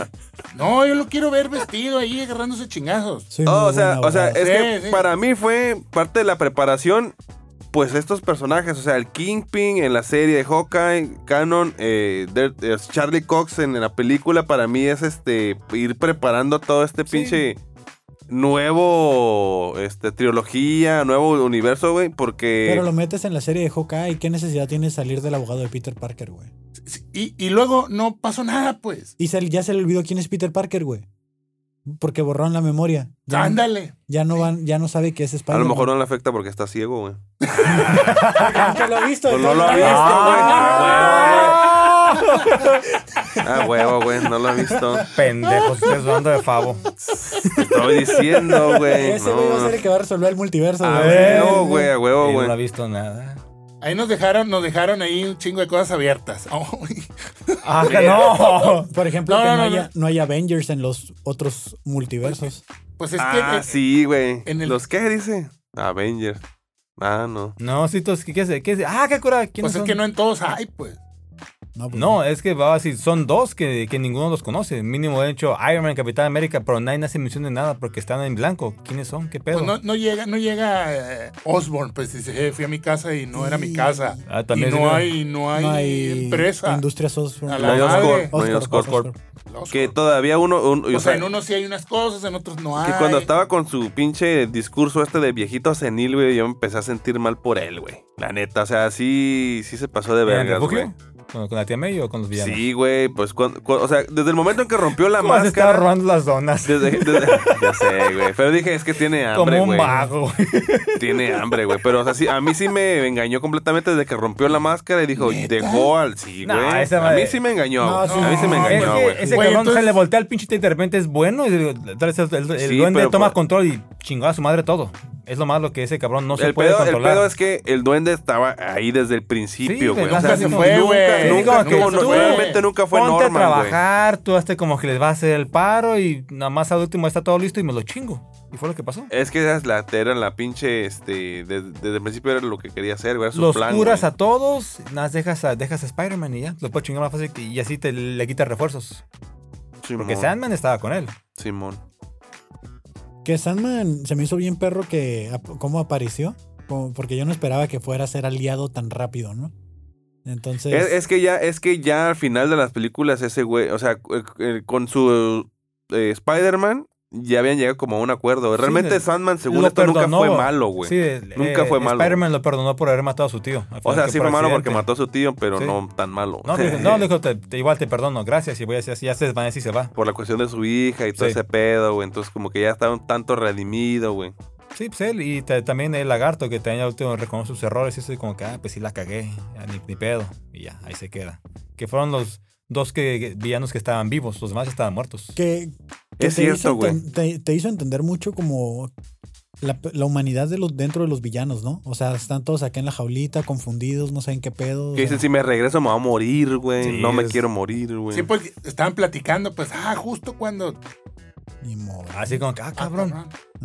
Speaker 4: No, yo lo quiero ver vestido ahí agarrándose chingazos.
Speaker 2: Soy
Speaker 1: Oh,
Speaker 2: muy
Speaker 1: o sea,
Speaker 2: buen
Speaker 1: o sea,
Speaker 2: abogado.
Speaker 1: es que
Speaker 4: Sí, sí.
Speaker 1: para mí fue parte de la preparación, pues estos personajes, o sea, el Kingpin en la serie de Hawkeye, Canon, eh, Der- eh, Charlie Cox en la película, para mí es este ir preparando todo este pinche nuevo este trilogía, nuevo universo, güey,
Speaker 2: Pero
Speaker 1: porque
Speaker 2: lo metes en la serie de Hawkeye. ¿Qué necesidad tiene de salir del abogado de Peter Parker, güey?
Speaker 4: Y, y luego no pasó nada, pues.
Speaker 2: Y se- ya se le olvidó quién es Peter Parker, güey. Porque borraron la memoria. Ya,
Speaker 4: Ándale.
Speaker 2: ya no van, ya no sabe que es
Speaker 1: a
Speaker 2: Spider-Man.
Speaker 1: lo mejor no le afecta porque está ciego, güey.
Speaker 2: Nunca Ah, lo ha visto.
Speaker 1: Pues no
Speaker 2: entonces
Speaker 1: lo ha
Speaker 2: no
Speaker 1: visto, güey.
Speaker 4: Ah,
Speaker 2: Ah.
Speaker 1: Ah, huevo, güey. Ah, huevo, güey, no lo ha visto.
Speaker 3: Pendejos, ustedes hablando de Favo.
Speaker 1: Te estoy diciendo, güey.
Speaker 2: Ese güey va a
Speaker 1: no.
Speaker 2: ser el que va a resolver el multiverso.
Speaker 1: A
Speaker 2: güey.
Speaker 1: huevo, güey, a huevo,
Speaker 3: Y No
Speaker 1: güey.
Speaker 3: la ha visto nada.
Speaker 4: Ahí nos dejaron, nos dejaron ahí un chingo de cosas abiertas. Oh,
Speaker 3: ¡Ah, que no!
Speaker 2: Por ejemplo,
Speaker 4: No,
Speaker 2: que
Speaker 4: no,
Speaker 2: no,
Speaker 4: no,
Speaker 2: haya, no haya Avengers en los otros multiversos.
Speaker 4: pues es que.
Speaker 1: ah,
Speaker 4: eh,
Speaker 1: sí, güey.
Speaker 4: en el-
Speaker 1: ¿Los qué dice? Avengers. Ah, no.
Speaker 3: No, sí, todos, ¿qué, qué, es- qué es? ¡Ah, qué cura! ¿Quiénes
Speaker 4: Pues es
Speaker 3: son?
Speaker 4: que no en todos hay, pues.
Speaker 2: No, pues,
Speaker 3: No, es que va a decir, son dos que, que ninguno los conoce. Mínimo, de hecho, Iron Man, Capitán América, pero nadie hace mención de nada porque están en blanco. ¿Quiénes son? ¿Qué pedo?
Speaker 4: Pues no, no llega, no llega eh, Osborn, pues dice, "Eh, fui a mi casa y no era mi
Speaker 2: Y-
Speaker 4: casa.
Speaker 3: Ah, también
Speaker 4: y
Speaker 3: sí,
Speaker 4: no
Speaker 3: no.
Speaker 4: hay, no hay,
Speaker 2: no hay
Speaker 4: empresa.
Speaker 2: Industrias Osborne.
Speaker 4: A
Speaker 1: No
Speaker 4: la
Speaker 1: hay
Speaker 4: madre.
Speaker 1: Oscorp. No hay
Speaker 2: Oscorp,
Speaker 1: Oscorp.
Speaker 2: Oscorp.
Speaker 4: Oscorp.
Speaker 1: Que todavía uno. un-
Speaker 4: o
Speaker 1: o sea,
Speaker 4: sea, en unos sí hay unas cosas, en otros no hay.
Speaker 1: que cuando estaba con su pinche discurso este de viejito senil, güey, yo me empecé a sentir mal por él, güey. La neta, o sea, sí, sí se pasó de
Speaker 3: ¿En el
Speaker 1: vergas, güey.
Speaker 3: refugio? ¿Con, con la tía May o con los villanos?
Speaker 1: Sí, güey, pues cuando, cu- o sea, desde el momento en que rompió la
Speaker 3: Más estaba
Speaker 1: máscara.
Speaker 3: robando las donas.
Speaker 1: Desde, desde- ya sé, güey. Pero dije, es que tiene hambre,
Speaker 3: Como
Speaker 1: güey.
Speaker 3: un vago.
Speaker 1: Tiene hambre, güey. Pero o sea, sí, a mí sí me engañó completamente desde que rompió la máscara y dijo,
Speaker 4: ¿Neta?
Speaker 1: dejó al sí, güey.
Speaker 3: Nah, esa
Speaker 1: a mí
Speaker 3: madre-
Speaker 1: sí me engañó.
Speaker 2: No,
Speaker 1: güey.
Speaker 2: sí,
Speaker 1: a mí sí me
Speaker 4: no,
Speaker 3: Es
Speaker 1: engañó,
Speaker 3: que
Speaker 1: güey.
Speaker 3: ese
Speaker 4: Güey,
Speaker 3: cabrón
Speaker 4: entonces-
Speaker 3: se le voltea al pinche y de repente es bueno. Y tal vez el, el- el
Speaker 1: Sí,
Speaker 3: duende
Speaker 1: pero
Speaker 3: toma
Speaker 1: pues-
Speaker 3: control y chingó a su madre todo. Es lo malo que ese cabrón no se
Speaker 1: el,
Speaker 3: puede
Speaker 1: pedo, el
Speaker 3: controlar.
Speaker 1: pedo es que el duende estaba ahí desde el principio,
Speaker 3: Sí,
Speaker 1: güey.
Speaker 3: güey,
Speaker 1: o sea,
Speaker 3: nunca se fue,
Speaker 1: nunca,
Speaker 4: güey.
Speaker 1: nunca,
Speaker 4: Sí, como
Speaker 1: como
Speaker 4: que
Speaker 1: no-
Speaker 4: tú,
Speaker 1: realmente nunca fue
Speaker 3: Ponte
Speaker 1: normal,
Speaker 3: a
Speaker 1: güey.
Speaker 3: trabajar, tú hazte como que les va a hacer el paro y nada más al último está todo listo y me lo chingo. Y fue lo que pasó.
Speaker 1: Es que esa es la, era la pinche, este, desde, desde el principio era lo que quería hacer, güey. Era su
Speaker 3: Los
Speaker 1: plan,
Speaker 3: curas
Speaker 1: güey.
Speaker 3: a todos, nada más dejas a, dejas a Spider-Man y ya. Lo puedes chingar más fácil que- y así te le quitas refuerzos.
Speaker 1: Simón,
Speaker 3: Porque Sandman estaba con él.
Speaker 1: Simón.
Speaker 2: Que Sandman se me hizo bien perro que ap- cómo apareció. como- porque yo no esperaba que fuera a ser aliado tan rápido, ¿no? Entonces.
Speaker 1: Es, es que ya, es que ya al final de las películas ese güey, o sea, eh, eh, con su eh, Spider-Man ya habían llegado como a un acuerdo.
Speaker 3: Sí,
Speaker 1: Realmente
Speaker 3: de-
Speaker 1: Sandman, según
Speaker 3: lo
Speaker 1: esto, nunca
Speaker 3: perdonó.
Speaker 1: fue malo, güey.
Speaker 3: Sí, eh,
Speaker 1: Nunca fue malo.
Speaker 3: Spider-Man lo perdonó por haber matado a su tío. al
Speaker 1: o
Speaker 3: final
Speaker 1: sea,
Speaker 3: que
Speaker 1: sí
Speaker 3: por
Speaker 1: fue malo porque
Speaker 3: accidente.
Speaker 1: mató a su tío, pero
Speaker 3: Sí.
Speaker 1: no tan malo.
Speaker 3: No, le dijo- no, le dijo, "Te- te- igual te perdono, gracias. Y voy a hacer así, ya se desvanece y se va.
Speaker 1: por la cuestión de su hija y todo
Speaker 3: Sí.
Speaker 1: ese pedo, güey. Entonces, como que ya estaba un tanto redimido, güey.
Speaker 3: Sí, pues él. Y ta- también el lagarto que también al último reconoce sus errores. Y eso es como que, ah, pues sí la cagué. ya ni, ni pedo. Y ya, ahí se queda. Que fueron los dos que, que- villanos que estaban vivos. Los demás estaban muertos.
Speaker 2: que, que
Speaker 1: Es
Speaker 2: te
Speaker 1: cierto,
Speaker 2: hizo
Speaker 1: güey.
Speaker 2: enten- Te, te hizo entender mucho como la, la humanidad de los, dentro de los villanos, ¿no? O sea, están todos acá en la jaulita, confundidos, no saben qué pedo. o
Speaker 1: Que
Speaker 2: sea,
Speaker 1: dicen, si me regreso me voy a morir, güey.
Speaker 3: Sí,
Speaker 1: no me
Speaker 3: es-
Speaker 1: quiero morir, güey.
Speaker 4: Sí, pues estaban platicando, pues, ah, justo cuando.
Speaker 2: ni modo.
Speaker 3: Así como que, ah,
Speaker 4: Ah,
Speaker 3: cabrón.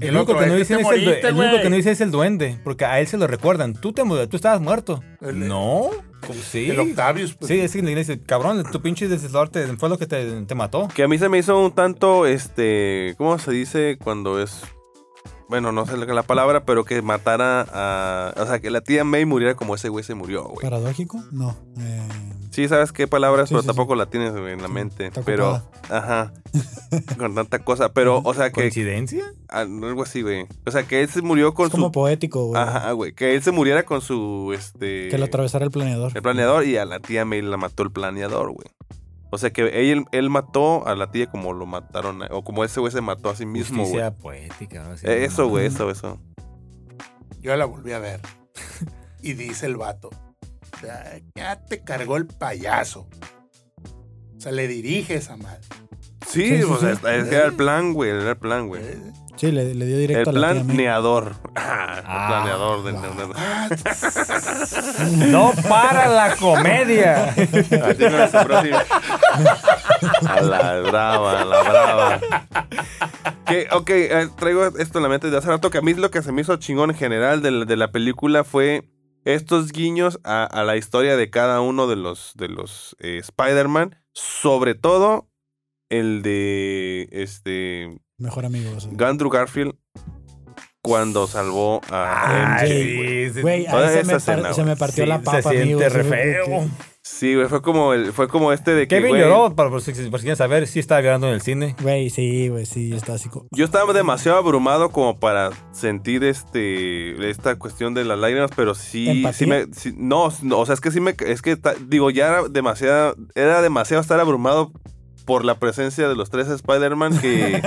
Speaker 4: El,
Speaker 3: El único,
Speaker 4: otro,
Speaker 3: que no
Speaker 4: "Es
Speaker 3: dicen
Speaker 4: te
Speaker 3: es el, du-
Speaker 4: moriste,
Speaker 3: el único que no
Speaker 4: güey".
Speaker 3: dice es el duende, porque a él se lo recuerdan. Tú te mu- tú estabas muerto.
Speaker 4: El-
Speaker 3: no, ¿cómo sí.
Speaker 4: El Octavius, pues.
Speaker 3: Sí, es que le dice, cabrón, tu pinche deseslador te- fue lo que te, te mató.
Speaker 1: Que a mí se me hizo un tanto, este, ¿cómo se dice cuando es? Bueno, no sé la la palabra, pero que matara a... O sea, que la tía May muriera como ese güey se murió, güey.
Speaker 2: ¿Paradójico? No. eh,
Speaker 1: Sí, sabes qué palabras,
Speaker 2: Sí,
Speaker 1: pero
Speaker 2: sí, sí.
Speaker 1: tampoco la tienes en la mente.
Speaker 2: está
Speaker 1: Pero, ajá. Con tanta cosa. Pero, o sea, que
Speaker 3: ¿Coincidencia?
Speaker 1: algo así, güey. O sea, que él se murió con
Speaker 2: es como
Speaker 1: su.
Speaker 2: poético, güey.
Speaker 1: Ajá, güey. Que él se muriera con su. Este.
Speaker 2: Que lo atravesara el planeador.
Speaker 1: El planeador y a la tía May la mató el planeador, güey. O sea que él, él mató a la tía como lo mataron, a- o como ese güey se mató a sí mismo, güey.
Speaker 3: Justicia poética. algo así.
Speaker 1: Eh, Eso, güey,
Speaker 2: Ajá.
Speaker 1: eso, eso.
Speaker 4: Yo la volví a ver. Y dice el vato, "O sea, ya te cargó el payaso. O sea, le dirige esa madre.
Speaker 1: Sí,
Speaker 2: Sí, sí,
Speaker 1: o sea,
Speaker 2: sí.
Speaker 1: es que era el plan, güey, era el plan, güey.
Speaker 4: ¿Eh?
Speaker 2: Sí, le, le dio
Speaker 1: El
Speaker 2: directo a la tía May.
Speaker 1: planeador. Ah,
Speaker 3: Ah,
Speaker 1: el planeador del...
Speaker 4: Ah,
Speaker 3: No para la comedia.
Speaker 1: Así con el sombrero así. A la brava, a la brava. Que, ok, eh, traigo esto en la mente de hace rato, que a mí lo que se me hizo chingón en general de la, de la película fue estos guiños a, a la historia de cada uno de los, de los eh, Spider-Man, sobre todo el de este
Speaker 2: Mejor amigo. o sea.
Speaker 1: Andrew Garfield cuando salvó a MJ.
Speaker 3: Ay,
Speaker 2: sí.
Speaker 1: güey.
Speaker 3: sí.
Speaker 2: Güey,
Speaker 1: Toda
Speaker 2: ahí se
Speaker 1: esa
Speaker 2: me, par-
Speaker 1: escena,
Speaker 2: se
Speaker 1: güey.
Speaker 2: me partió
Speaker 3: Sí,
Speaker 2: la papa,
Speaker 3: Se siente
Speaker 2: amigo.
Speaker 3: re
Speaker 2: sí, güey,
Speaker 3: feo.
Speaker 2: que-
Speaker 1: Sí, güey, fue como, el, fue como este de que...
Speaker 3: Kevin
Speaker 1: güey,
Speaker 3: lloró, por, por si por si quieren saber, sí estaba llorando en el cine.
Speaker 2: Güey, sí, güey, sí, está así como...
Speaker 1: Yo estaba demasiado abrumado como para sentir este esta cuestión de las lágrimas, pero sí,
Speaker 2: ¿Empatía?
Speaker 1: sí me sí- no, no, o sea, es que sí me es que ta- digo, ya era demasiado era demasiado estar abrumado por la presencia de los tres Spider-Man que,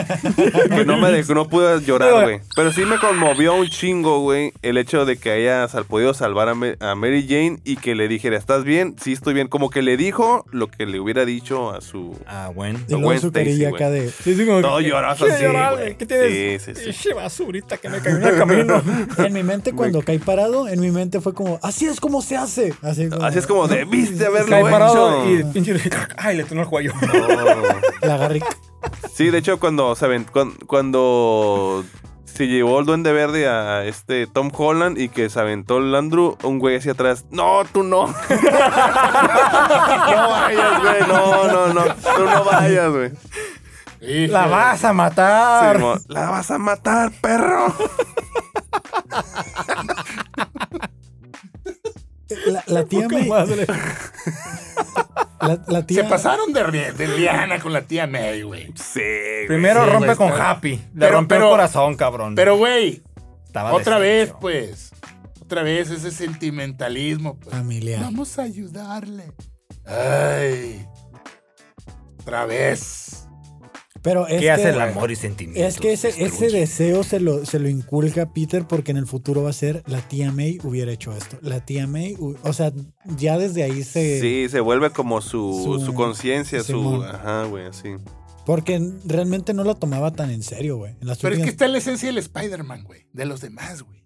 Speaker 1: que no me dejó, no pude llorar, güey. Pero sí me conmovió un chingo, güey, el hecho de que haya sal- podido salvar a, Ma- a Mary Jane y que le dijera, "¿Estás bien?" "Sí, estoy bien." Como que le dijo lo que le hubiera dicho a su
Speaker 3: Ah, bueno.
Speaker 2: Y luego su
Speaker 1: Gwen Stacy,
Speaker 2: carilla
Speaker 1: güey.
Speaker 2: acá de...
Speaker 3: Sí, sí, como
Speaker 1: Todo
Speaker 3: que-
Speaker 1: lloroso
Speaker 3: ¿Quieres
Speaker 1: así,
Speaker 3: llorar,
Speaker 1: güey.
Speaker 3: ¿Qué tienes?
Speaker 1: Sí, sí, sí.
Speaker 3: Ese basurita que me cayó en el camino.
Speaker 2: En mi mente, cuando caí parado, en mi mente fue como, así es como se hace. Así, como,
Speaker 1: Así es como debiste haberlo
Speaker 3: Cae parado y
Speaker 1: hecho.
Speaker 3: pinche. Ay, le tronó el cuello.
Speaker 2: La agarré.
Speaker 1: Sí, de hecho, cuando, ¿saben? Cuan- Cuando se llevó el Duende Verde a este Tom Holland y que se aventó el Andrew, un güey hacia atrás, no, tú no. no vayas, güey, no, no, no, tú no vayas, güey.
Speaker 4: hijo.
Speaker 3: La vas a matar.
Speaker 1: Sí, mo- La vas a matar, perro.
Speaker 2: La, la tía
Speaker 3: Poca
Speaker 2: May...
Speaker 3: madre.
Speaker 2: La, la tía...
Speaker 4: Se pasaron de, ri- de liana con la tía May, güey.
Speaker 1: Sí. güey.
Speaker 3: Primero
Speaker 4: Sí,
Speaker 3: rompe
Speaker 4: güey,
Speaker 3: con
Speaker 4: está-
Speaker 3: Happy. Le
Speaker 4: Pero-
Speaker 3: rompe
Speaker 4: pero-
Speaker 3: el corazón, cabrón.
Speaker 4: Pero, güey,
Speaker 3: Estaba
Speaker 4: otra vez,
Speaker 3: deshecho.
Speaker 4: pues. Otra vez ese sentimentalismo, pues.
Speaker 2: Familiar.
Speaker 4: Vamos a ayudarle. Ay. Otra vez.
Speaker 2: Pero es
Speaker 3: ¿Qué
Speaker 2: que,
Speaker 3: hace el amor y sentimiento?
Speaker 2: Es que ese, ese deseo se lo, se lo inculca a Peter porque en el futuro va a ser la tía May hubiera hecho esto. La tía May, hu- o sea, ya desde ahí se...
Speaker 1: Sí, se vuelve como su,
Speaker 2: Su-
Speaker 1: su conciencia, su...
Speaker 2: Simón.
Speaker 1: Ajá, güey, sí.
Speaker 2: Porque realmente no la tomaba tan en serio, güey. En las
Speaker 4: Pero es que
Speaker 2: últimas-
Speaker 4: está la esencia del Spider-Man, güey. De los demás, güey.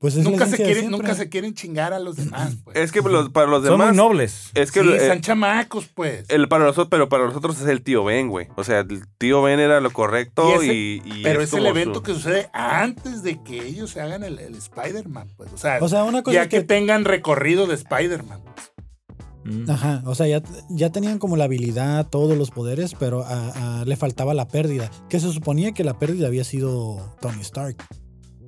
Speaker 2: pues es la
Speaker 4: Nunca se,
Speaker 2: esencia de
Speaker 4: quieren,
Speaker 2: siempre.
Speaker 4: nunca se quieren chingar a los demás, pues.
Speaker 1: Es que los- para los
Speaker 3: Son muy
Speaker 1: demás...
Speaker 3: nobles.
Speaker 1: Es que
Speaker 4: sí,
Speaker 1: eh,
Speaker 4: están chamacos, pues.
Speaker 1: El para nosotros, pero para nosotros es el tío Ben, güey. O sea, el tío Ben era lo correcto
Speaker 4: Y
Speaker 1: y.
Speaker 4: ese-
Speaker 1: y
Speaker 4: pero
Speaker 1: es
Speaker 4: es, el
Speaker 1: como
Speaker 4: evento
Speaker 1: su-
Speaker 4: que sucede antes de que ellos se hagan el, el Spider-Man, pues. O sea,
Speaker 2: O sea, una cosa
Speaker 4: ya
Speaker 2: es
Speaker 4: que,
Speaker 2: que...
Speaker 4: tengan recorrido de Spider-Man.
Speaker 3: Mm.
Speaker 2: Ajá, o sea, ya, ya tenían como la habilidad, todos los poderes, pero a- a- le faltaba la pérdida. Que se suponía que la pérdida había sido Tony Stark.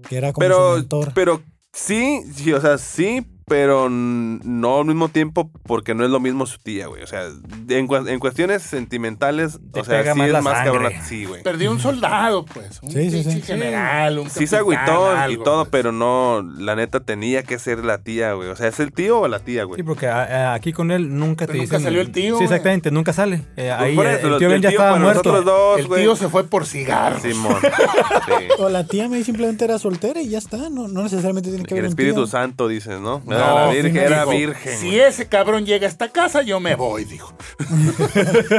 Speaker 2: Que era como su
Speaker 1: Pero,
Speaker 2: mentor.
Speaker 1: pero sí, sí, o sea, sí, pero n- no al mismo tiempo porque no es lo mismo su tía, güey. O sea, en, cua- en cuestiones sentimentales,
Speaker 3: Te
Speaker 1: o sea,
Speaker 3: pega
Speaker 1: sí
Speaker 3: más
Speaker 1: es
Speaker 3: la
Speaker 1: más
Speaker 3: sangre.
Speaker 1: cabrona. Sí, güey.
Speaker 4: Perdió un soldado, pues. Un
Speaker 2: Sí, sí, sí. Sí.
Speaker 4: pinche general, un
Speaker 1: Sí se
Speaker 4: capitán,
Speaker 1: agüitó y
Speaker 4: algo,
Speaker 1: todo,
Speaker 4: pues.
Speaker 1: pero no, la neta tenía que ser la tía, güey. O sea, ¿es el tío o la tía, güey?
Speaker 3: Sí, porque a- a- aquí con él nunca
Speaker 4: Pero
Speaker 3: te
Speaker 4: Pues nunca
Speaker 3: dicen-
Speaker 4: salió el tío,
Speaker 3: Sí,
Speaker 4: güey. Pues
Speaker 3: exactamente, nunca sale. Eh, ahí
Speaker 1: Pues Por
Speaker 3: eh,
Speaker 1: eso,
Speaker 3: el tío Ben ya estaba
Speaker 1: para
Speaker 3: muerto.
Speaker 1: Nosotros dos,
Speaker 4: El
Speaker 1: güey.
Speaker 4: tío se fue por cigarros.
Speaker 1: Simón. Sí.
Speaker 2: O la tía May simplemente era soltera y ya está. No, no necesariamente tiene que
Speaker 1: El
Speaker 2: haber un
Speaker 1: Espíritu
Speaker 2: tío.
Speaker 1: Santo, dices, ¿no?
Speaker 4: No,
Speaker 1: era la virgen,
Speaker 4: sí me
Speaker 1: era
Speaker 4: dijo,
Speaker 1: virgen.
Speaker 4: Si
Speaker 1: güey.
Speaker 4: ese cabrón llega a esta casa, yo me voy, dijo.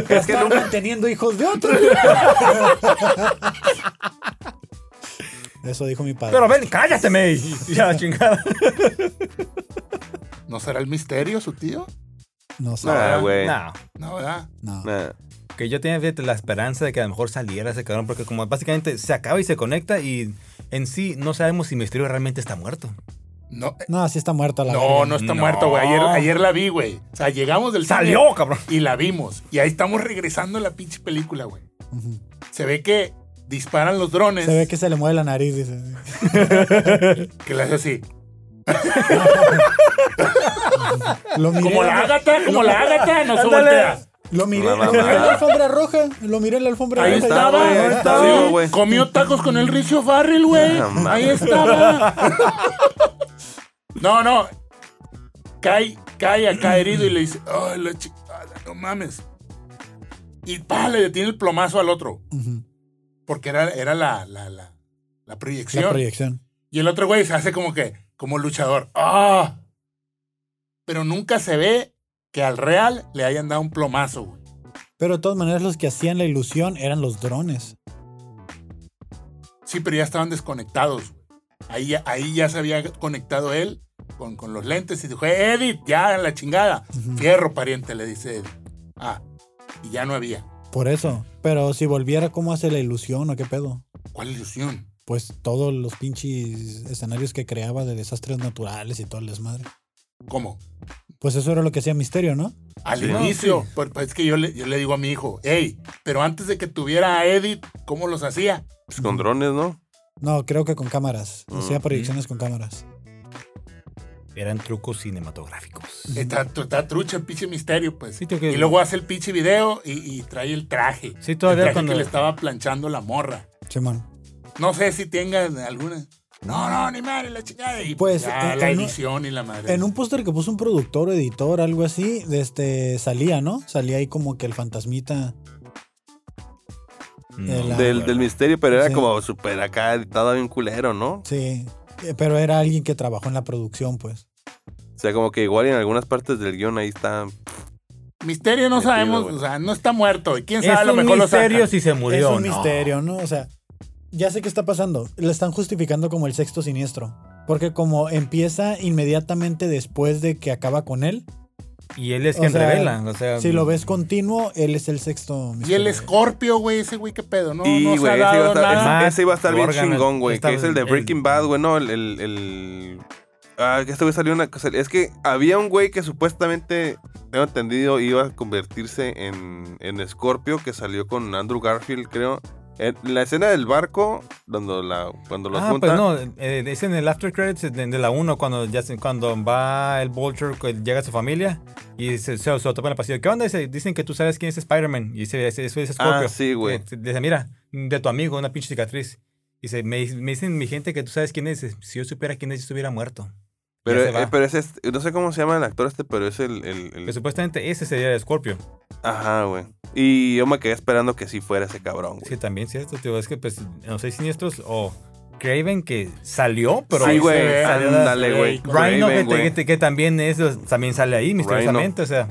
Speaker 2: Es que teniendo hijos de otro. Eso dijo mi padre.
Speaker 3: Pero ven, cállate, May. Ya la chingada.
Speaker 4: ¿No será el misterio su tío?
Speaker 2: no sé.
Speaker 1: Nah, Ah, güey. Ah,
Speaker 3: No.
Speaker 4: No, ¿verdad?
Speaker 2: No.
Speaker 1: Nah.
Speaker 3: Que yo tenía fíjate, la esperanza de que a lo mejor saliera ese cabrón, porque como básicamente se acaba y se conecta y en sí no sabemos si Misterio realmente está muerto.
Speaker 4: No, eh,
Speaker 2: No, sí está muerta la
Speaker 4: no,
Speaker 2: verga.
Speaker 4: no está
Speaker 3: No.
Speaker 4: muerto, güey. Ayer, ayer la vi, güey. O sea, llegamos del cine
Speaker 3: ¡Salió, cabrón!
Speaker 4: y la vimos. Y ahí estamos regresando a la pinche película, güey.
Speaker 2: Ujú.
Speaker 4: Se ve que disparan los drones.
Speaker 2: Se ve que se le mueve la nariz, dice.
Speaker 4: que le hace así.
Speaker 2: Lo miré,
Speaker 4: Como la ágata, como la ágata, no se
Speaker 3: Ándale.
Speaker 4: voltea.
Speaker 2: Lo miré
Speaker 1: La
Speaker 2: lo miré en la
Speaker 1: mamá.
Speaker 2: alfombra roja. Lo miré en la alfombra
Speaker 4: Ahí
Speaker 2: roja.
Speaker 1: está, güey, ahí está,
Speaker 4: Sí,
Speaker 1: digo, güey.
Speaker 4: Comió tacos con el Ricio Farrell, güey.
Speaker 1: Ah, madre.
Speaker 4: Ahí estaba. No, no. Cae, cae acá herido y le dice, ay, la chingada, no mames. Y pa, le detiene el plomazo al otro.
Speaker 2: Ujú,
Speaker 4: Porque era, era la, la, la, la proyección.
Speaker 2: La proyección.
Speaker 4: y el otro güey se hace como que, como luchador. ¡Ah! Pero nunca se ve que al Real le hayan dado un plomazo, güey.
Speaker 2: Pero de todas maneras, los que hacían la ilusión eran los drones.
Speaker 4: Sí, pero ya estaban desconectados. güey. Ahí, ya- ahí ya se había conectado él con, con los lentes y dijo, "Eh, Edith, ya la chingada.
Speaker 2: Ujú.
Speaker 4: Fierro, pariente, le dice Edith. Ah, y ya no había.
Speaker 2: Por eso. Pero si volviera, ¿cómo hace la ilusión o qué pedo?
Speaker 4: ¿Cuál ilusión?
Speaker 2: Pues todos los pinches escenarios que creaba de desastres naturales y todo el desmadre.
Speaker 4: ¿Cómo?
Speaker 2: Pues eso era lo que hacía Misterio, ¿no?
Speaker 4: Al
Speaker 1: Sí.
Speaker 4: inicio, por- es que yo le, yo le digo a mi hijo, hey, pero antes de que tuviera a Edith, ¿cómo los hacía?
Speaker 1: Pues con drones, ¿no?
Speaker 2: No, creo que con cámaras. Hacía
Speaker 1: Mm.
Speaker 2: proyecciones con cámaras.
Speaker 3: Eran trucos cinematográficos.
Speaker 4: Está, está trucha el pinche misterio, pues.
Speaker 3: Sí, tengo que-
Speaker 4: y luego hace el pinche video y, y trae el traje.
Speaker 3: Sí,
Speaker 4: el
Speaker 3: todavía
Speaker 4: traje
Speaker 3: cuando.
Speaker 4: que le estaba planchando la morra.
Speaker 2: Simón.
Speaker 4: No sé si tengan alguna. No, no, ni madre, la chingada. Y
Speaker 2: Pues,
Speaker 4: ya,
Speaker 2: en-
Speaker 4: la
Speaker 2: en un-
Speaker 4: edición y la madre.
Speaker 2: En un póster que puso un productor, editor, algo así, de este, salía, ¿no? Salía ahí como que el fantasmita.
Speaker 3: No,
Speaker 2: la-
Speaker 1: Del, del misterio, pero era
Speaker 2: Sí.
Speaker 1: como súper acá editado bien culero, ¿no?
Speaker 2: Sí. Eh, Pero era alguien que trabajó en la producción, pues.
Speaker 1: O sea, como que igual en algunas partes del guión ahí está.
Speaker 4: Misterio no
Speaker 1: Metido,
Speaker 4: sabemos,
Speaker 1: güey.
Speaker 4: o sea, no está muerto. y ¿Quién sabe? a
Speaker 3: Es
Speaker 4: lo
Speaker 3: un
Speaker 4: mejor lo
Speaker 3: misterio
Speaker 4: sacan.
Speaker 3: si se murió.
Speaker 2: es un
Speaker 3: no.
Speaker 2: misterio, ¿no? O sea, ya sé qué está pasando. Lo están justificando como el sexto siniestro. Porque como empieza inmediatamente después de que acaba con él,
Speaker 3: Y él es
Speaker 2: O
Speaker 3: quien
Speaker 2: sea,
Speaker 3: revela. O sea,
Speaker 2: si lo ves continuo, él es el sexto.
Speaker 4: Y el
Speaker 2: misterio.
Speaker 4: Escorpio, güey, ese güey, qué pedo. No,
Speaker 1: y,
Speaker 4: no se
Speaker 1: güey,
Speaker 4: ha
Speaker 1: ese, iba a
Speaker 4: dado
Speaker 1: estar-
Speaker 4: nada.
Speaker 1: ese- ese iba a estar bien
Speaker 3: Morgan,
Speaker 1: chingón, güey.
Speaker 3: está
Speaker 1: Que es el de
Speaker 3: el-
Speaker 1: Breaking Bad, güey, no, el. el, el- Ah, que este güey salió una cosa. Es que había un güey que supuestamente, tengo entendido, iba a convertirse en, en Scorpio, que salió con Andrew Garfield, creo. En la escena del barco, cuando, la, cuando los
Speaker 3: Ah,
Speaker 1: juntan.
Speaker 3: pues no, eh, es en el after credits de, de la 1 cuando, ya se- cuando va el Vulture, que llega a su familia y se, se, se topa en el pasillo. ¿Qué onda? Dice, dicen que tú sabes quién es Spider-Man. Y dice, "Ese- eso es Scorpio.
Speaker 1: Ah, sí, güey.
Speaker 3: Eh, Dice, mira, de tu amigo, una pinche cicatriz. Dice, me, me dicen mi gente que tú sabes quién es. Si yo supiera quién es, yo estuviera muerto.
Speaker 1: Pero,
Speaker 3: Ya se va.
Speaker 1: eh, pero ese es- no sé cómo se llama el actor este, pero es el. el- el-
Speaker 3: Que supuestamente ese sería el Scorpio.
Speaker 1: Ajá, güey. Y yo me quedé esperando que sí fuera ese cabrón,
Speaker 3: Sí,
Speaker 1: güey.
Speaker 3: también, ¿cierto? Tío, es que pues, no sé, siniestros o Craven que salió, pero...
Speaker 1: sí,
Speaker 4: ahí
Speaker 1: güey.
Speaker 4: se ve,
Speaker 3: salió la-
Speaker 1: Ándale, güey.
Speaker 3: Rhino,
Speaker 1: Raven,
Speaker 3: que,
Speaker 1: güey.
Speaker 3: que- que también, es, también sale ahí misteriosamente, o sea,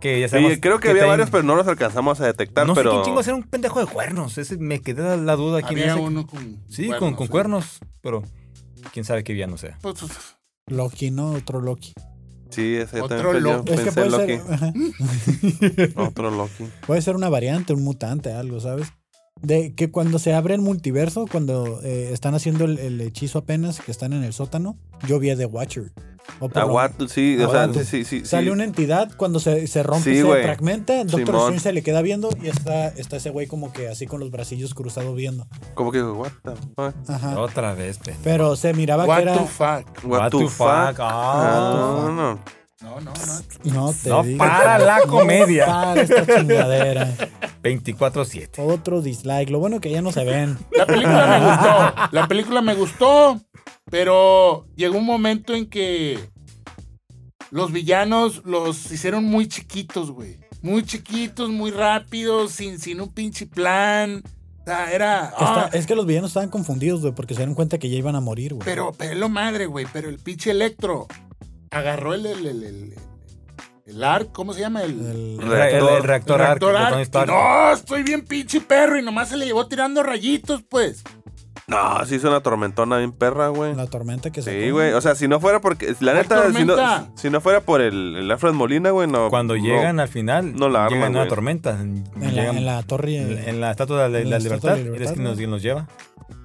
Speaker 3: que ya sabemos...
Speaker 1: Sí, creo que había
Speaker 3: traen-
Speaker 1: varios, pero no los alcanzamos a detectar.
Speaker 3: No
Speaker 1: pero...
Speaker 3: sé quién chingo era un pendejo de cuernos, ese me quedé la duda quién
Speaker 4: Había
Speaker 3: era ese-
Speaker 4: uno con.
Speaker 3: Sí,
Speaker 4: bueno,
Speaker 3: con,
Speaker 4: no
Speaker 3: con
Speaker 4: sé.
Speaker 3: cuernos, pero quién sabe qué villano sea.
Speaker 4: Pues, pues,
Speaker 2: Loki, ¿no? Otro Loki.
Speaker 1: Sí, ese
Speaker 4: Otro
Speaker 1: también pensé-
Speaker 4: Loki.
Speaker 2: Es que
Speaker 1: pensé
Speaker 2: puede
Speaker 1: en
Speaker 2: ser,
Speaker 1: Loki.
Speaker 2: ajá,
Speaker 1: Otro Loki.
Speaker 2: puede ser una variante, un mutante, algo, ¿sabes? De que cuando se abre el multiverso, cuando eh, están haciendo el, el hechizo apenas, que están en el sótano, yo vi a The Watcher. O por lo-
Speaker 1: Aguatu, Ah, sí, o sea,
Speaker 2: Aguatu.
Speaker 1: sí, sí, sí.
Speaker 2: Sale una entidad cuando se, se rompe,
Speaker 1: Sí,
Speaker 2: se
Speaker 1: güey.
Speaker 2: fragmenta. Doctor
Speaker 1: Simón.
Speaker 2: Strange se le queda viendo y está, está ese güey como que así con los bracillos cruzados viendo.
Speaker 1: Como que, what the fuck?
Speaker 2: Ajá.
Speaker 3: Otra vez, pendejo.
Speaker 2: Pero se miraba
Speaker 4: What
Speaker 2: que era.
Speaker 4: the fuck.
Speaker 1: What, the fuck?
Speaker 3: Ah.
Speaker 1: Ah, no, no.
Speaker 4: No, no, no.
Speaker 2: No te
Speaker 3: No
Speaker 2: digo.
Speaker 3: para la
Speaker 2: No
Speaker 3: comedia.
Speaker 2: para esta chingadera.
Speaker 3: 24-7.
Speaker 2: Otro dislike. Lo bueno que ya no se ven.
Speaker 4: La película me gustó. La película me gustó. Pero llegó un momento en que los villanos los hicieron muy chiquitos, güey. Muy chiquitos, muy rápidos, sin, sin un pinche plan. O sea, era.
Speaker 2: Está-
Speaker 4: ah,
Speaker 2: es que los villanos estaban confundidos, güey, porque se dieron cuenta que ya iban a morir, güey.
Speaker 4: pero, pero es lo madre, güey. Pero el pinche Electro agarró el. el, el, el, el arc, ¿cómo se llama? El.
Speaker 2: El-
Speaker 3: El, re- el reactor
Speaker 4: el
Speaker 3: arc,
Speaker 4: reactor
Speaker 3: de
Speaker 4: arc.
Speaker 3: Tony Stark.
Speaker 4: No, estoy bien pinche perro. Y nomás se le llevó tirando rayitos, pues.
Speaker 1: No, sí hizo una tormentona bien perra, güey.
Speaker 2: la tormenta que se.
Speaker 1: Sí, güey. O sea, si no fuera porque. La
Speaker 4: ¿Cuál
Speaker 1: neta, si
Speaker 4: tormenta?
Speaker 1: no, si no fuera por el, el Alfred Molina, güey, no.
Speaker 3: Cuando
Speaker 1: no.
Speaker 3: llegan al final,
Speaker 1: no la
Speaker 3: llegan
Speaker 1: arman,
Speaker 3: en una
Speaker 1: güey.
Speaker 3: tormenta.
Speaker 2: En la,
Speaker 3: llegan-
Speaker 2: en la torre. eh,
Speaker 3: en la estatua de
Speaker 2: en
Speaker 3: la,
Speaker 2: la
Speaker 3: la
Speaker 2: Estatua
Speaker 3: libertad,
Speaker 2: de la
Speaker 3: y es que
Speaker 2: Libertad,
Speaker 3: nos, nos lleva.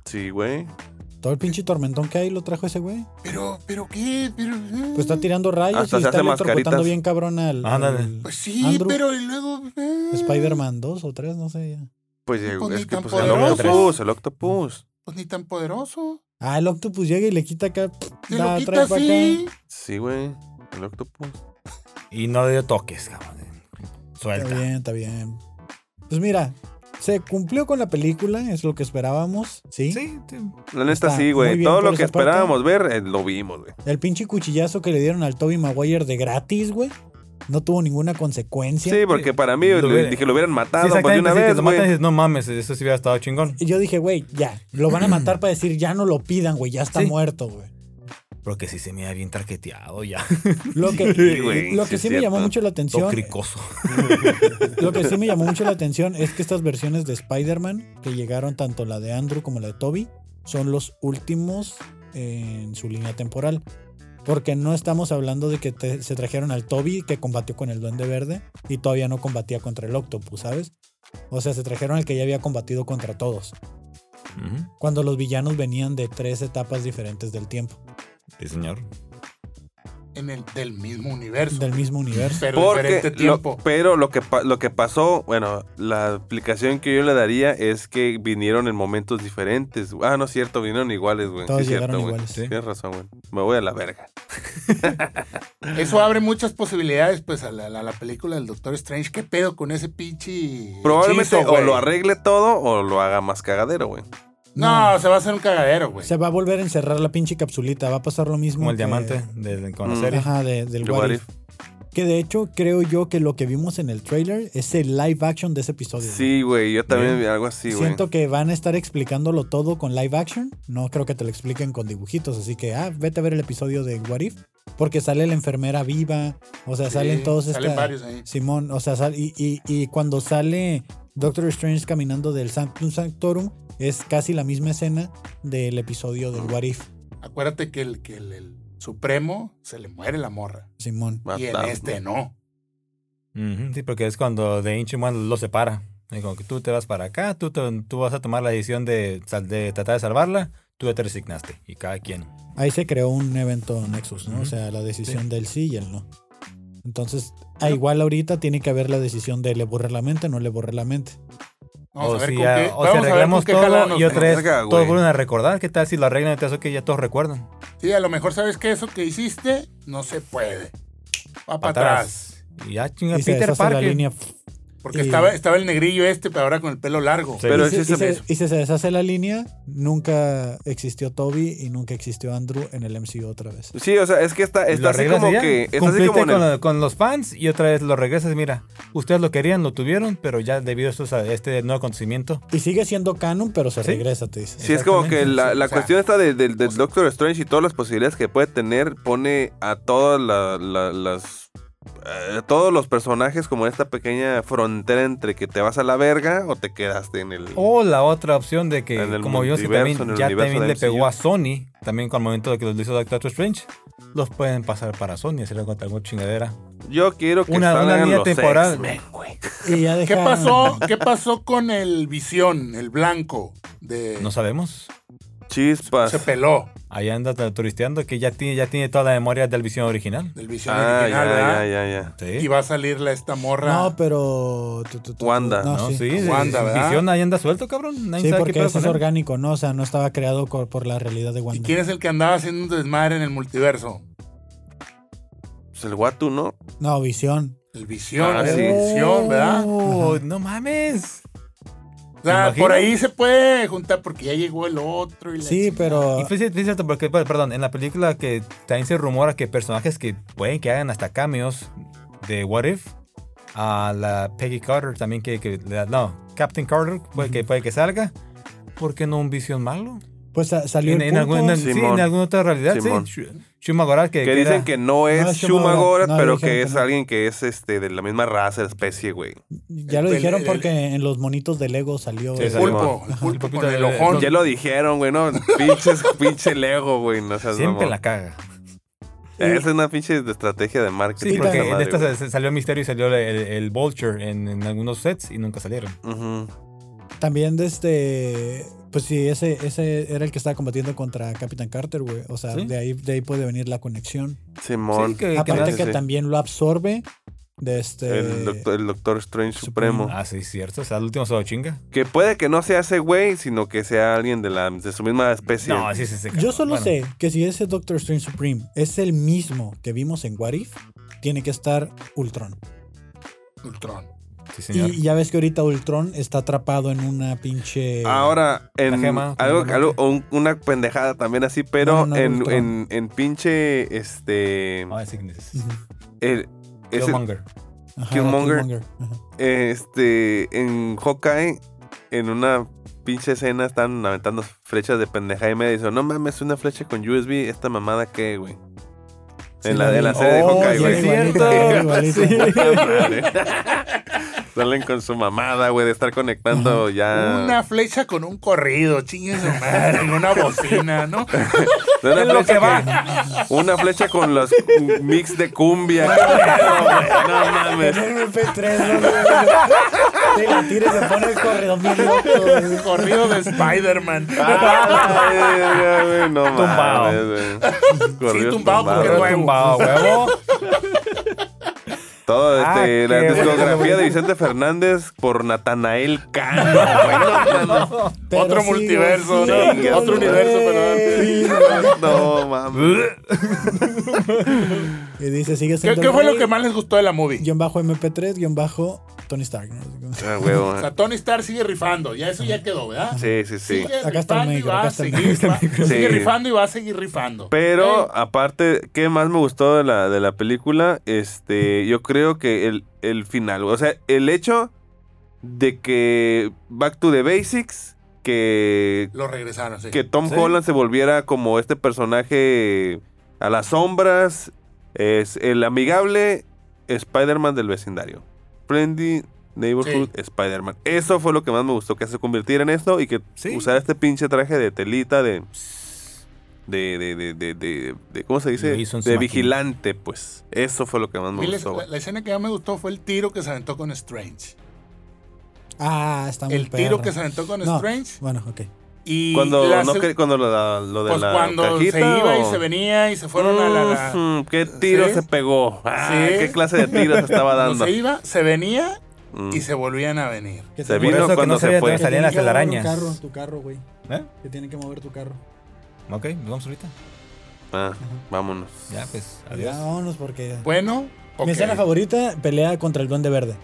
Speaker 1: Sí, güey.
Speaker 2: Todo el pinche tormentón que hay lo trajo ese güey.
Speaker 4: Pero, pero qué, pero. eh.
Speaker 2: Pues está tirando rayos
Speaker 1: Hasta
Speaker 2: y
Speaker 1: se
Speaker 2: está
Speaker 1: hace
Speaker 2: electrocutando
Speaker 1: mascaritas.
Speaker 2: bien cabrón al.
Speaker 3: Ándale.
Speaker 2: al
Speaker 4: Pues sí,
Speaker 2: Andrew.
Speaker 4: pero y luego. eh,
Speaker 2: Spider-Man 2 o 3, no sé. ya.
Speaker 1: Pues
Speaker 4: Pues
Speaker 1: llegó.
Speaker 4: ni
Speaker 1: Es que
Speaker 4: tan
Speaker 1: pues el
Speaker 4: poderoso.
Speaker 1: octopus, el octopus.
Speaker 4: Pues ni tan poderoso.
Speaker 2: Ah, el Octopus llega y le quita acá.
Speaker 4: Te
Speaker 2: la
Speaker 4: lo
Speaker 2: trae
Speaker 4: quita
Speaker 2: para
Speaker 4: así.
Speaker 1: Sí, güey. El octopus.
Speaker 3: Y no dio toques, cabrón.
Speaker 2: acá. Está
Speaker 3: Suelta.
Speaker 2: bien, está bien. Pues mira, se cumplió con la película, es lo que esperábamos, ¿sí?
Speaker 3: Sí, sí.
Speaker 1: La neta
Speaker 2: Está
Speaker 1: sí,
Speaker 2: muy
Speaker 1: güey.
Speaker 2: bien
Speaker 1: Todo lo
Speaker 2: por
Speaker 1: que
Speaker 2: esa parte.
Speaker 1: esperábamos ver, eh, lo vimos, güey.
Speaker 2: El pinche cuchillazo que le dieron al Toby Maguire de gratis, güey. No tuvo ninguna consecuencia.
Speaker 1: Sí, porque para mí,
Speaker 3: Lo
Speaker 1: le-
Speaker 3: hubiera-
Speaker 1: dije, lo hubieran matado
Speaker 3: Sí,
Speaker 1: pues, de
Speaker 3: exactamente,
Speaker 1: una
Speaker 3: sí, que
Speaker 1: vez,
Speaker 3: lo matan y
Speaker 1: güey.
Speaker 3: dices, no mames, eso sí hubiera estado chingón.
Speaker 2: Y yo dije, güey, ya, lo van a matar para decir, ya no lo pidan, güey, ya está
Speaker 3: Sí.
Speaker 2: muerto, güey.
Speaker 3: Porque sí se me da bien tarqueteado ya.
Speaker 2: Lo que,
Speaker 1: Sí, güey,
Speaker 2: lo
Speaker 1: sí
Speaker 2: que
Speaker 1: es
Speaker 2: sí me llamó
Speaker 1: cierto.
Speaker 2: mucho la
Speaker 3: Todo
Speaker 2: atención.
Speaker 3: cricoso.
Speaker 2: Lo que sí me llamó mucho la atención es que estas versiones de Spider-Man, que llegaron tanto la de Andrew como la de Toby, son los últimos en su línea temporal. Porque no estamos hablando de que te- se trajeron al Toby que combatió con el Duende Verde y todavía no combatía contra el Octopus, ¿sabes? O sea, se trajeron al que ya había combatido contra todos,
Speaker 3: Ujú.
Speaker 2: cuando los villanos venían de tres etapas diferentes del tiempo,
Speaker 3: Sí, señor.
Speaker 4: En el del mismo universo.
Speaker 2: del mismo universo.
Speaker 4: pero diferente
Speaker 1: Porque, lo-
Speaker 4: tiempo.
Speaker 1: pero lo que, pa- lo que pasó, bueno, la aplicación que yo le daría es que vinieron en momentos diferentes. Ah, no es cierto, vinieron iguales, güey.
Speaker 2: Todos
Speaker 1: Sí es cierto,
Speaker 2: llegaron
Speaker 1: güey.
Speaker 2: iguales.
Speaker 3: Sí.
Speaker 1: Tienes razón, güey. Me voy a la verga.
Speaker 4: Eso abre muchas posibilidades, pues, a la, a la película del Doctor Strange. ¿Qué pedo con ese pinche.
Speaker 1: Probablemente
Speaker 4: hechizo,
Speaker 1: o
Speaker 4: güey?
Speaker 1: lo arregle todo o lo haga más cagadero, güey.
Speaker 4: No, se va a hacer un cagadero, güey.
Speaker 2: Se va a volver a encerrar la pinche capsulita, va a pasar lo mismo.
Speaker 3: Como el
Speaker 2: que-
Speaker 3: diamante de, con la
Speaker 1: Mm.
Speaker 3: serie.
Speaker 2: Ajá, de- del
Speaker 1: Yo,
Speaker 2: What
Speaker 1: what
Speaker 2: If.
Speaker 1: if.
Speaker 2: Que de hecho creo yo que lo que vimos en el trailer es el live action de ese episodio.
Speaker 1: Sí, güey, yo también
Speaker 3: Bien.
Speaker 1: vi algo así, güey.
Speaker 2: Siento que van a estar explicándolo todo con live action. No creo que te lo expliquen con dibujitos. Así que, ah, vete a ver el episodio de What If. Porque sale la enfermera viva. O sea,
Speaker 4: Sí,
Speaker 2: salen todos
Speaker 4: Salen
Speaker 2: esta-
Speaker 4: varios ahí.
Speaker 2: Simón, o sea, sal- y, y- y cuando sale Doctor Strange caminando del Sanctum Sanctorum, es casi la misma escena del episodio del What If.
Speaker 4: Acuérdate que, el, que el, el Supremo se le muere la morra.
Speaker 2: Simón.
Speaker 1: Más
Speaker 4: y en
Speaker 1: tarde.
Speaker 4: este no.
Speaker 3: Ujú, Sí, porque es cuando The Ancient One lo separa. Y como que tú te vas para acá, tú, te- tú vas a tomar la decisión de, sal- de tratar de salvarla, tú ya te resignaste. Y cada quien.
Speaker 2: Ahí se creó un evento Nexus, ¿no?
Speaker 3: Ujú.
Speaker 2: O sea, la decisión del sí y el no. Entonces, ah, igual ahorita tiene que haber la decisión de le borré la mente, no le borré la mente.
Speaker 4: Vamos
Speaker 3: o
Speaker 4: a ver
Speaker 3: si
Speaker 4: con
Speaker 3: ya-
Speaker 4: qué.
Speaker 3: o si
Speaker 4: vamos a ver con
Speaker 3: arreglamos
Speaker 4: qué
Speaker 3: todo
Speaker 4: jalarnos,
Speaker 3: y otra
Speaker 4: güey.
Speaker 3: vez
Speaker 1: Verga,
Speaker 3: todos
Speaker 1: güey.
Speaker 3: vuelven a recordar. ¿Qué tal si lo arreglan? Entonces, ok, ya todos recuerdan.
Speaker 4: Sí, a lo mejor sabes que eso que hiciste no se puede. Va
Speaker 3: Pa'
Speaker 4: para atrás.
Speaker 3: Y ya chinga
Speaker 2: y se
Speaker 3: Peter
Speaker 2: deshace
Speaker 3: Parker.
Speaker 2: la línea.
Speaker 4: Porque
Speaker 2: Y-
Speaker 4: estaba, estaba el negrillo este, pero ahora con el pelo largo.
Speaker 3: Sí.
Speaker 1: Pero
Speaker 2: y,
Speaker 1: sí
Speaker 2: se,
Speaker 1: se me
Speaker 2: y se-
Speaker 1: hizo.
Speaker 2: y se deshace la línea. Nunca existió Toby y nunca existió Andrew en el MCU otra vez.
Speaker 1: Sí, o sea, es que está,
Speaker 3: Lo
Speaker 1: está así
Speaker 3: arreglas
Speaker 1: como
Speaker 3: y ya.
Speaker 1: que. Está así
Speaker 3: Cumpliste
Speaker 1: como en
Speaker 3: con,
Speaker 1: el-
Speaker 3: lo- con los fans y otra vez lo regresas. Mira, ustedes lo querían, lo tuvieron, pero ya debido a, estos- a este nuevo acontecimiento.
Speaker 2: Y sigue siendo canon, pero se
Speaker 3: Sí.
Speaker 2: regresa, te dices.
Speaker 1: Sí, es como que la,
Speaker 4: sí,
Speaker 1: la
Speaker 4: o sea,
Speaker 1: cuestión está de- del del Doctor Strange y todas las posibilidades que puede tener, pone a todas la- la- las. eh, todos los personajes como en esta pequeña frontera entre que te vas a la verga o te quedaste en el.
Speaker 3: O la otra opción de que,
Speaker 1: En el
Speaker 3: como vimos que
Speaker 1: multiverso,
Speaker 3: también,
Speaker 1: en el
Speaker 3: ya
Speaker 1: universo
Speaker 3: también
Speaker 1: de
Speaker 3: le pegó
Speaker 1: MCU.
Speaker 3: a Sony, también con el momento de que los hizo Doctor Strange, los pueden pasar para Sony, hacer algo alguna chingadera.
Speaker 1: Yo quiero que
Speaker 3: Una, una
Speaker 1: salgan
Speaker 3: línea
Speaker 1: los
Speaker 3: temporal.
Speaker 1: X-Men, güey.
Speaker 2: Y ya
Speaker 4: ¿Qué
Speaker 2: deja-
Speaker 4: pasó? ¿Qué pasó con el visión, el blanco? De,
Speaker 3: No sabemos.
Speaker 1: Chispas.
Speaker 4: se peló
Speaker 3: Ahí anda t- turisteando que ya tiene, ya tiene toda la memoria del visión original.
Speaker 4: del visión
Speaker 1: Ah, ya,
Speaker 4: original, ¿verdad?
Speaker 1: ya, ya, ya.
Speaker 3: Sí.
Speaker 4: Y va a salir la, esta morra.
Speaker 2: No, pero. tu, tu, tu, tu,
Speaker 1: Wanda,
Speaker 3: No, sí, sí,
Speaker 4: Wanda,
Speaker 3: sí,
Speaker 4: ¿verdad?
Speaker 3: Visión ahí anda suelto, cabrón. Ah, Nadie
Speaker 2: Sí,
Speaker 3: sabe qué
Speaker 2: porque
Speaker 3: pedo
Speaker 2: eso es
Speaker 3: con él.
Speaker 2: orgánico, ¿no? O sea, no estaba creado cor- por la realidad de
Speaker 4: ¿Y
Speaker 2: Wanda.
Speaker 4: quién es el que andaba haciendo un desmadre en el multiverso?
Speaker 1: Pues el Watu, ¿no?
Speaker 2: No, visión.
Speaker 4: El visión,
Speaker 1: Ah,
Speaker 4: el
Speaker 1: sí.
Speaker 4: visión, ¿verdad?
Speaker 3: Oh, no mames.
Speaker 4: O sea,
Speaker 3: ¿Te
Speaker 4: por
Speaker 3: imaginas?
Speaker 4: ahí se puede juntar porque ya llegó el otro y la
Speaker 2: Sí,
Speaker 4: chingada.
Speaker 2: pero.
Speaker 3: Y fue cier- fue cierto, porque, per- perdón, en la película que también se rumora que personajes que pueden que hagan hasta cameos de What If, a la Peggy Carter también que, que le da- no, Captain Carter puede que, puede que salga. ¿Por qué no un visión malo?
Speaker 2: Pues sa- salió
Speaker 3: En,
Speaker 2: el
Speaker 3: en
Speaker 2: pulpo.
Speaker 3: alguna, sí, en
Speaker 1: Simón.
Speaker 3: alguna otra realidad,
Speaker 1: Simón.
Speaker 3: sí. Shu- Shumagorat que,
Speaker 1: Que
Speaker 3: que era-
Speaker 1: dicen que no es
Speaker 2: No es Shuma
Speaker 1: Shumagorat,
Speaker 2: Gorath, no,
Speaker 1: pero
Speaker 2: dijeron
Speaker 1: que
Speaker 2: que
Speaker 1: es
Speaker 2: no.
Speaker 1: alguien que es este de la misma raza, especie, güey.
Speaker 2: Ya lo
Speaker 4: El-
Speaker 2: dijeron
Speaker 4: el-
Speaker 2: porque en los monitos de Lego salió.
Speaker 3: Sí,
Speaker 4: El
Speaker 3: salió.
Speaker 4: pulpo, el
Speaker 3: El
Speaker 4: pulpo
Speaker 3: pulpito
Speaker 4: con el
Speaker 3: del-
Speaker 4: ojón.
Speaker 1: Ya lo dijeron, güey, no, pinches, pinche Lego, güey. No seas
Speaker 3: siempre
Speaker 1: mamón.
Speaker 3: la caga.
Speaker 1: Esa Eh, es una pinche de estrategia de marketing.
Speaker 3: Sí,
Speaker 2: Pita.
Speaker 3: porque
Speaker 1: esa
Speaker 3: en
Speaker 1: madre,
Speaker 3: esta
Speaker 1: güey.
Speaker 3: se- se salió Misterio y salió el, el Vulture en, en algunos sets y nunca salieron.
Speaker 1: Ujú.
Speaker 2: También de este. Pues sí, ese, ese era el que estaba combatiendo contra Capitán Carter, güey. O sea,
Speaker 3: Sí.
Speaker 2: de, ahí, de ahí puede venir la conexión.
Speaker 1: Simón.
Speaker 3: Sí, que-
Speaker 2: Aparte
Speaker 1: sí,
Speaker 2: que
Speaker 1: sí.
Speaker 2: también lo absorbe De este.
Speaker 1: El doctor, el doctor Strange
Speaker 2: Supremo.
Speaker 1: Supremo.
Speaker 3: Ah, sí, cierto. O sea, el último se lo chinga.
Speaker 1: Que puede que no sea ese güey, sino que sea alguien de, la, de su misma especie.
Speaker 3: No, sí, sí, sí.
Speaker 2: Yo
Speaker 3: cabrón.
Speaker 2: solo
Speaker 3: Bueno,
Speaker 2: sé que si ese Doctor Strange Supreme es el mismo que vimos en What If, tiene que estar Ultron.
Speaker 4: Ultron.
Speaker 3: Sí, señor.
Speaker 2: Y ya ves que ahorita Ultron está atrapado en una pinche.
Speaker 1: Ahora, en
Speaker 3: gema,
Speaker 1: algo, algo-
Speaker 3: obviamente.
Speaker 1: un- una pendejada también así, pero
Speaker 2: No, no,
Speaker 1: en,
Speaker 2: Ultron.
Speaker 1: en, en pinche, este,
Speaker 3: Ah, sí, sí, sí.
Speaker 2: Ujú.
Speaker 1: el- ese-
Speaker 3: Killmonger.
Speaker 2: Ajá,
Speaker 1: Killmonger.
Speaker 2: Ajá.
Speaker 1: este, en Hawkeye, en una pinche escena están aventando flechas de pendeja y me dice, no mames, una flecha con USB, esta mamada qué, güey.
Speaker 2: Sí,
Speaker 1: en, la,
Speaker 2: vi.
Speaker 1: en la serie de
Speaker 2: Oh,
Speaker 1: Hawkeye,
Speaker 2: sí,
Speaker 1: güey.
Speaker 3: es
Speaker 2: igualito, igualito.
Speaker 3: cierto.
Speaker 1: Madre. Salen con su mamada, güey, de estar conectando ya.
Speaker 4: Una flecha con un corrido, chingue su madre, en una bocina, ¿no?
Speaker 1: de una
Speaker 3: Es lo
Speaker 1: flecha
Speaker 3: que
Speaker 1: con-
Speaker 3: va.
Speaker 1: Una flecha con los cu- mix de cumbia. qué pedo, güey. No mames.
Speaker 2: Tener un MP3, ¿no? Te la tires, se pone el corredor bien loco, güey.
Speaker 4: El corrido de Spider-Man.
Speaker 1: Ah, verga, güey, no
Speaker 3: Tumbao.
Speaker 1: mames, güey. Corridos
Speaker 4: tumbao, porque
Speaker 1: tumbados.
Speaker 4: no hay-
Speaker 3: Tumbado, huevo.
Speaker 1: Todo este,
Speaker 3: Ah,
Speaker 1: la
Speaker 3: qué
Speaker 1: discografía
Speaker 3: bueno.
Speaker 1: de Vicente Fernández por Natanael Cano. güey. No, no, no.
Speaker 2: Pero
Speaker 4: Otro
Speaker 2: sigo,
Speaker 4: multiverso,
Speaker 2: sigo,
Speaker 1: ¿no?
Speaker 2: güey.
Speaker 1: Otro universo, No mames.
Speaker 2: Y dice, sigue
Speaker 4: ¿Qué,
Speaker 2: siendo.
Speaker 4: qué fue
Speaker 2: rey,
Speaker 4: lo que más les gustó de la movie?
Speaker 2: Guión bajo MP3, guión bajo Tony Stark. ¿no?
Speaker 1: Ah, huevo.
Speaker 4: O sea, Tony Stark sigue rifando, ya eso ya quedó, ¿verdad?
Speaker 1: Sí, sí, sí.
Speaker 4: Sigue
Speaker 2: Acá está el
Speaker 4: rifando y
Speaker 2: micro,
Speaker 4: va
Speaker 2: acá
Speaker 4: a
Speaker 2: está el
Speaker 4: seguir,
Speaker 2: micro.
Speaker 4: va- sigue
Speaker 1: Sí.
Speaker 4: rifando y va a seguir rifando.
Speaker 1: Pero
Speaker 4: Ey,
Speaker 1: aparte, ¿qué más me gustó de la, de la película? Este, yo creo que el, el final, o sea, el hecho de que Back to the Basics, que,
Speaker 4: lo regresaron, sí.
Speaker 1: que Tom
Speaker 3: Sí.
Speaker 1: Holland se volviera como este personaje a las sombras, es el amigable Spider-Man del vecindario. Friendly Neighborhood Spider-Man. Eso fue lo que más me gustó, que se convirtiera en esto y que
Speaker 3: Sí.
Speaker 1: usara este pinche traje de telita de de, de, de, de, de, de- ¿cómo se dice?
Speaker 3: Lo hizo en su
Speaker 1: De
Speaker 3: máquina.
Speaker 1: vigilante, pues. Eso fue lo que más
Speaker 4: A
Speaker 1: me
Speaker 4: mí les-
Speaker 1: gustó.
Speaker 4: la,
Speaker 1: güey.
Speaker 4: la escena que más me gustó fue el tiro que se aventó con Strange.
Speaker 2: Ah, está muy
Speaker 4: El tiro
Speaker 2: perro.
Speaker 4: que se aventó con
Speaker 2: No,
Speaker 4: Strange.
Speaker 2: Bueno, ok.
Speaker 4: Y
Speaker 1: Cuando,
Speaker 4: la
Speaker 1: no
Speaker 4: se-
Speaker 1: cre- cuando lo, la- lo de
Speaker 4: pues
Speaker 1: la
Speaker 4: cuando
Speaker 1: cajita,
Speaker 4: se iba y
Speaker 1: ¿o?
Speaker 4: se venía y se fueron a la... la-
Speaker 1: Ujú, ¿Qué tiro
Speaker 4: ¿Sí?
Speaker 1: se pegó? Ah,
Speaker 4: Sí.
Speaker 1: ¿Qué clase de tiro se estaba
Speaker 4: cuando
Speaker 1: dando?
Speaker 4: se iba, se venía
Speaker 1: Mm.
Speaker 4: y se volvían a venir.
Speaker 2: Que
Speaker 1: Se
Speaker 2: te-
Speaker 1: vino
Speaker 3: Por eso que
Speaker 1: cuando
Speaker 3: no
Speaker 1: se
Speaker 3: sabía
Speaker 1: fue.
Speaker 3: dónde salían las
Speaker 2: que tienen que mover
Speaker 3: telarañas.
Speaker 2: Tu carro, tu carro, güey.
Speaker 3: ¿Eh?
Speaker 2: Que tienen que mover tu carro.
Speaker 3: Ok, nos vamos ahorita.
Speaker 1: Ah, vámonos.
Speaker 3: Ya, pues,
Speaker 2: Ya,
Speaker 3: adiós.
Speaker 2: vámonos porque.
Speaker 4: Bueno, ok.
Speaker 2: Mi escena favorita, pelea contra el Duende Verde.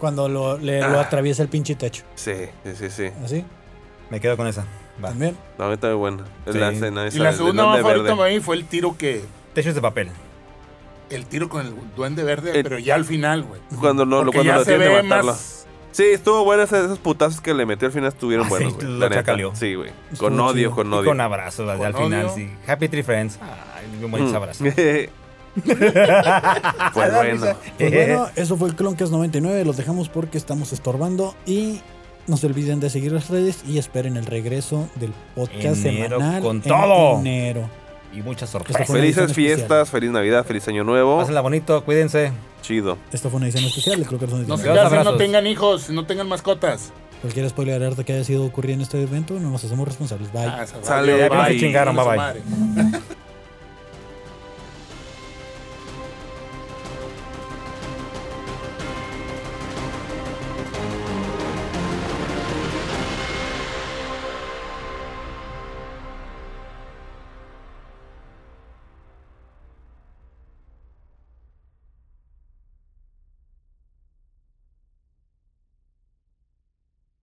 Speaker 2: Cuando lo, le, lo
Speaker 1: Ah.
Speaker 2: atraviesa el pinche techo.
Speaker 1: Sí, sí, sí, sí.
Speaker 2: Así,
Speaker 3: Me quedo con esa. Va.
Speaker 2: también.
Speaker 1: La neta es buena. Es
Speaker 3: Sí.
Speaker 1: la escena
Speaker 4: Y
Speaker 1: esa
Speaker 4: la
Speaker 1: del
Speaker 4: segunda más
Speaker 1: duende
Speaker 4: favorita
Speaker 1: verde.
Speaker 4: para mí fue el tiro que...
Speaker 3: Techos de papel.
Speaker 4: El tiro con el duende verde,
Speaker 1: El-
Speaker 4: pero ya al final, güey.
Speaker 1: Cuando Eh, no,
Speaker 4: Porque
Speaker 1: cuando
Speaker 4: ya
Speaker 1: lo
Speaker 4: se
Speaker 1: tienen de
Speaker 4: ve
Speaker 1: matarlo.
Speaker 4: más...
Speaker 1: Sí, estuvo buena esa- esos putazos que le metió al final estuvieron
Speaker 3: Ah,
Speaker 1: buenos.
Speaker 3: sí,
Speaker 1: güey,
Speaker 3: lo
Speaker 1: la neta.
Speaker 3: chacaleó.
Speaker 1: Sí, güey.
Speaker 2: Estuvo
Speaker 1: Con odio,
Speaker 2: chido.
Speaker 1: con
Speaker 3: Y
Speaker 1: odio.
Speaker 3: con abrazos al
Speaker 4: Con
Speaker 3: al final,
Speaker 4: odio.
Speaker 3: sí. Happy Tree Friends. Ay, muy bonitos
Speaker 1: Mm.
Speaker 3: abrazos.
Speaker 1: pues bueno.
Speaker 2: Pues
Speaker 3: Eh.
Speaker 2: bueno, eso fue el Cloncast 99. Los dejamos porque estamos estorbando. Y no se olviden de seguir las redes y esperen el regreso del podcast
Speaker 3: Enero
Speaker 2: semanal.
Speaker 3: con
Speaker 2: en
Speaker 3: todo.
Speaker 2: Enero.
Speaker 3: Y muchas
Speaker 2: Esto fue
Speaker 3: sorpresas.
Speaker 2: una
Speaker 1: Felices
Speaker 2: edición especial.
Speaker 1: fiestas, feliz Navidad, feliz Año Nuevo.
Speaker 3: Pásenla bonito, cuídense.
Speaker 1: Chido.
Speaker 2: Esta fue una edición especial de Cloncast
Speaker 4: No se
Speaker 2: 99.
Speaker 3: Dos
Speaker 4: casen, no
Speaker 3: abrazos.
Speaker 4: tengan hijos, no tengan mascotas.
Speaker 2: Cualquier spoiler alert que haya sido ocurrido en este evento, no nos hacemos responsables. Bye.
Speaker 4: Ah, se
Speaker 1: Sale,
Speaker 4: vale,
Speaker 1: ya que se
Speaker 4: bye.
Speaker 3: chingaron, bye,
Speaker 4: Su
Speaker 3: bye.
Speaker 4: madre.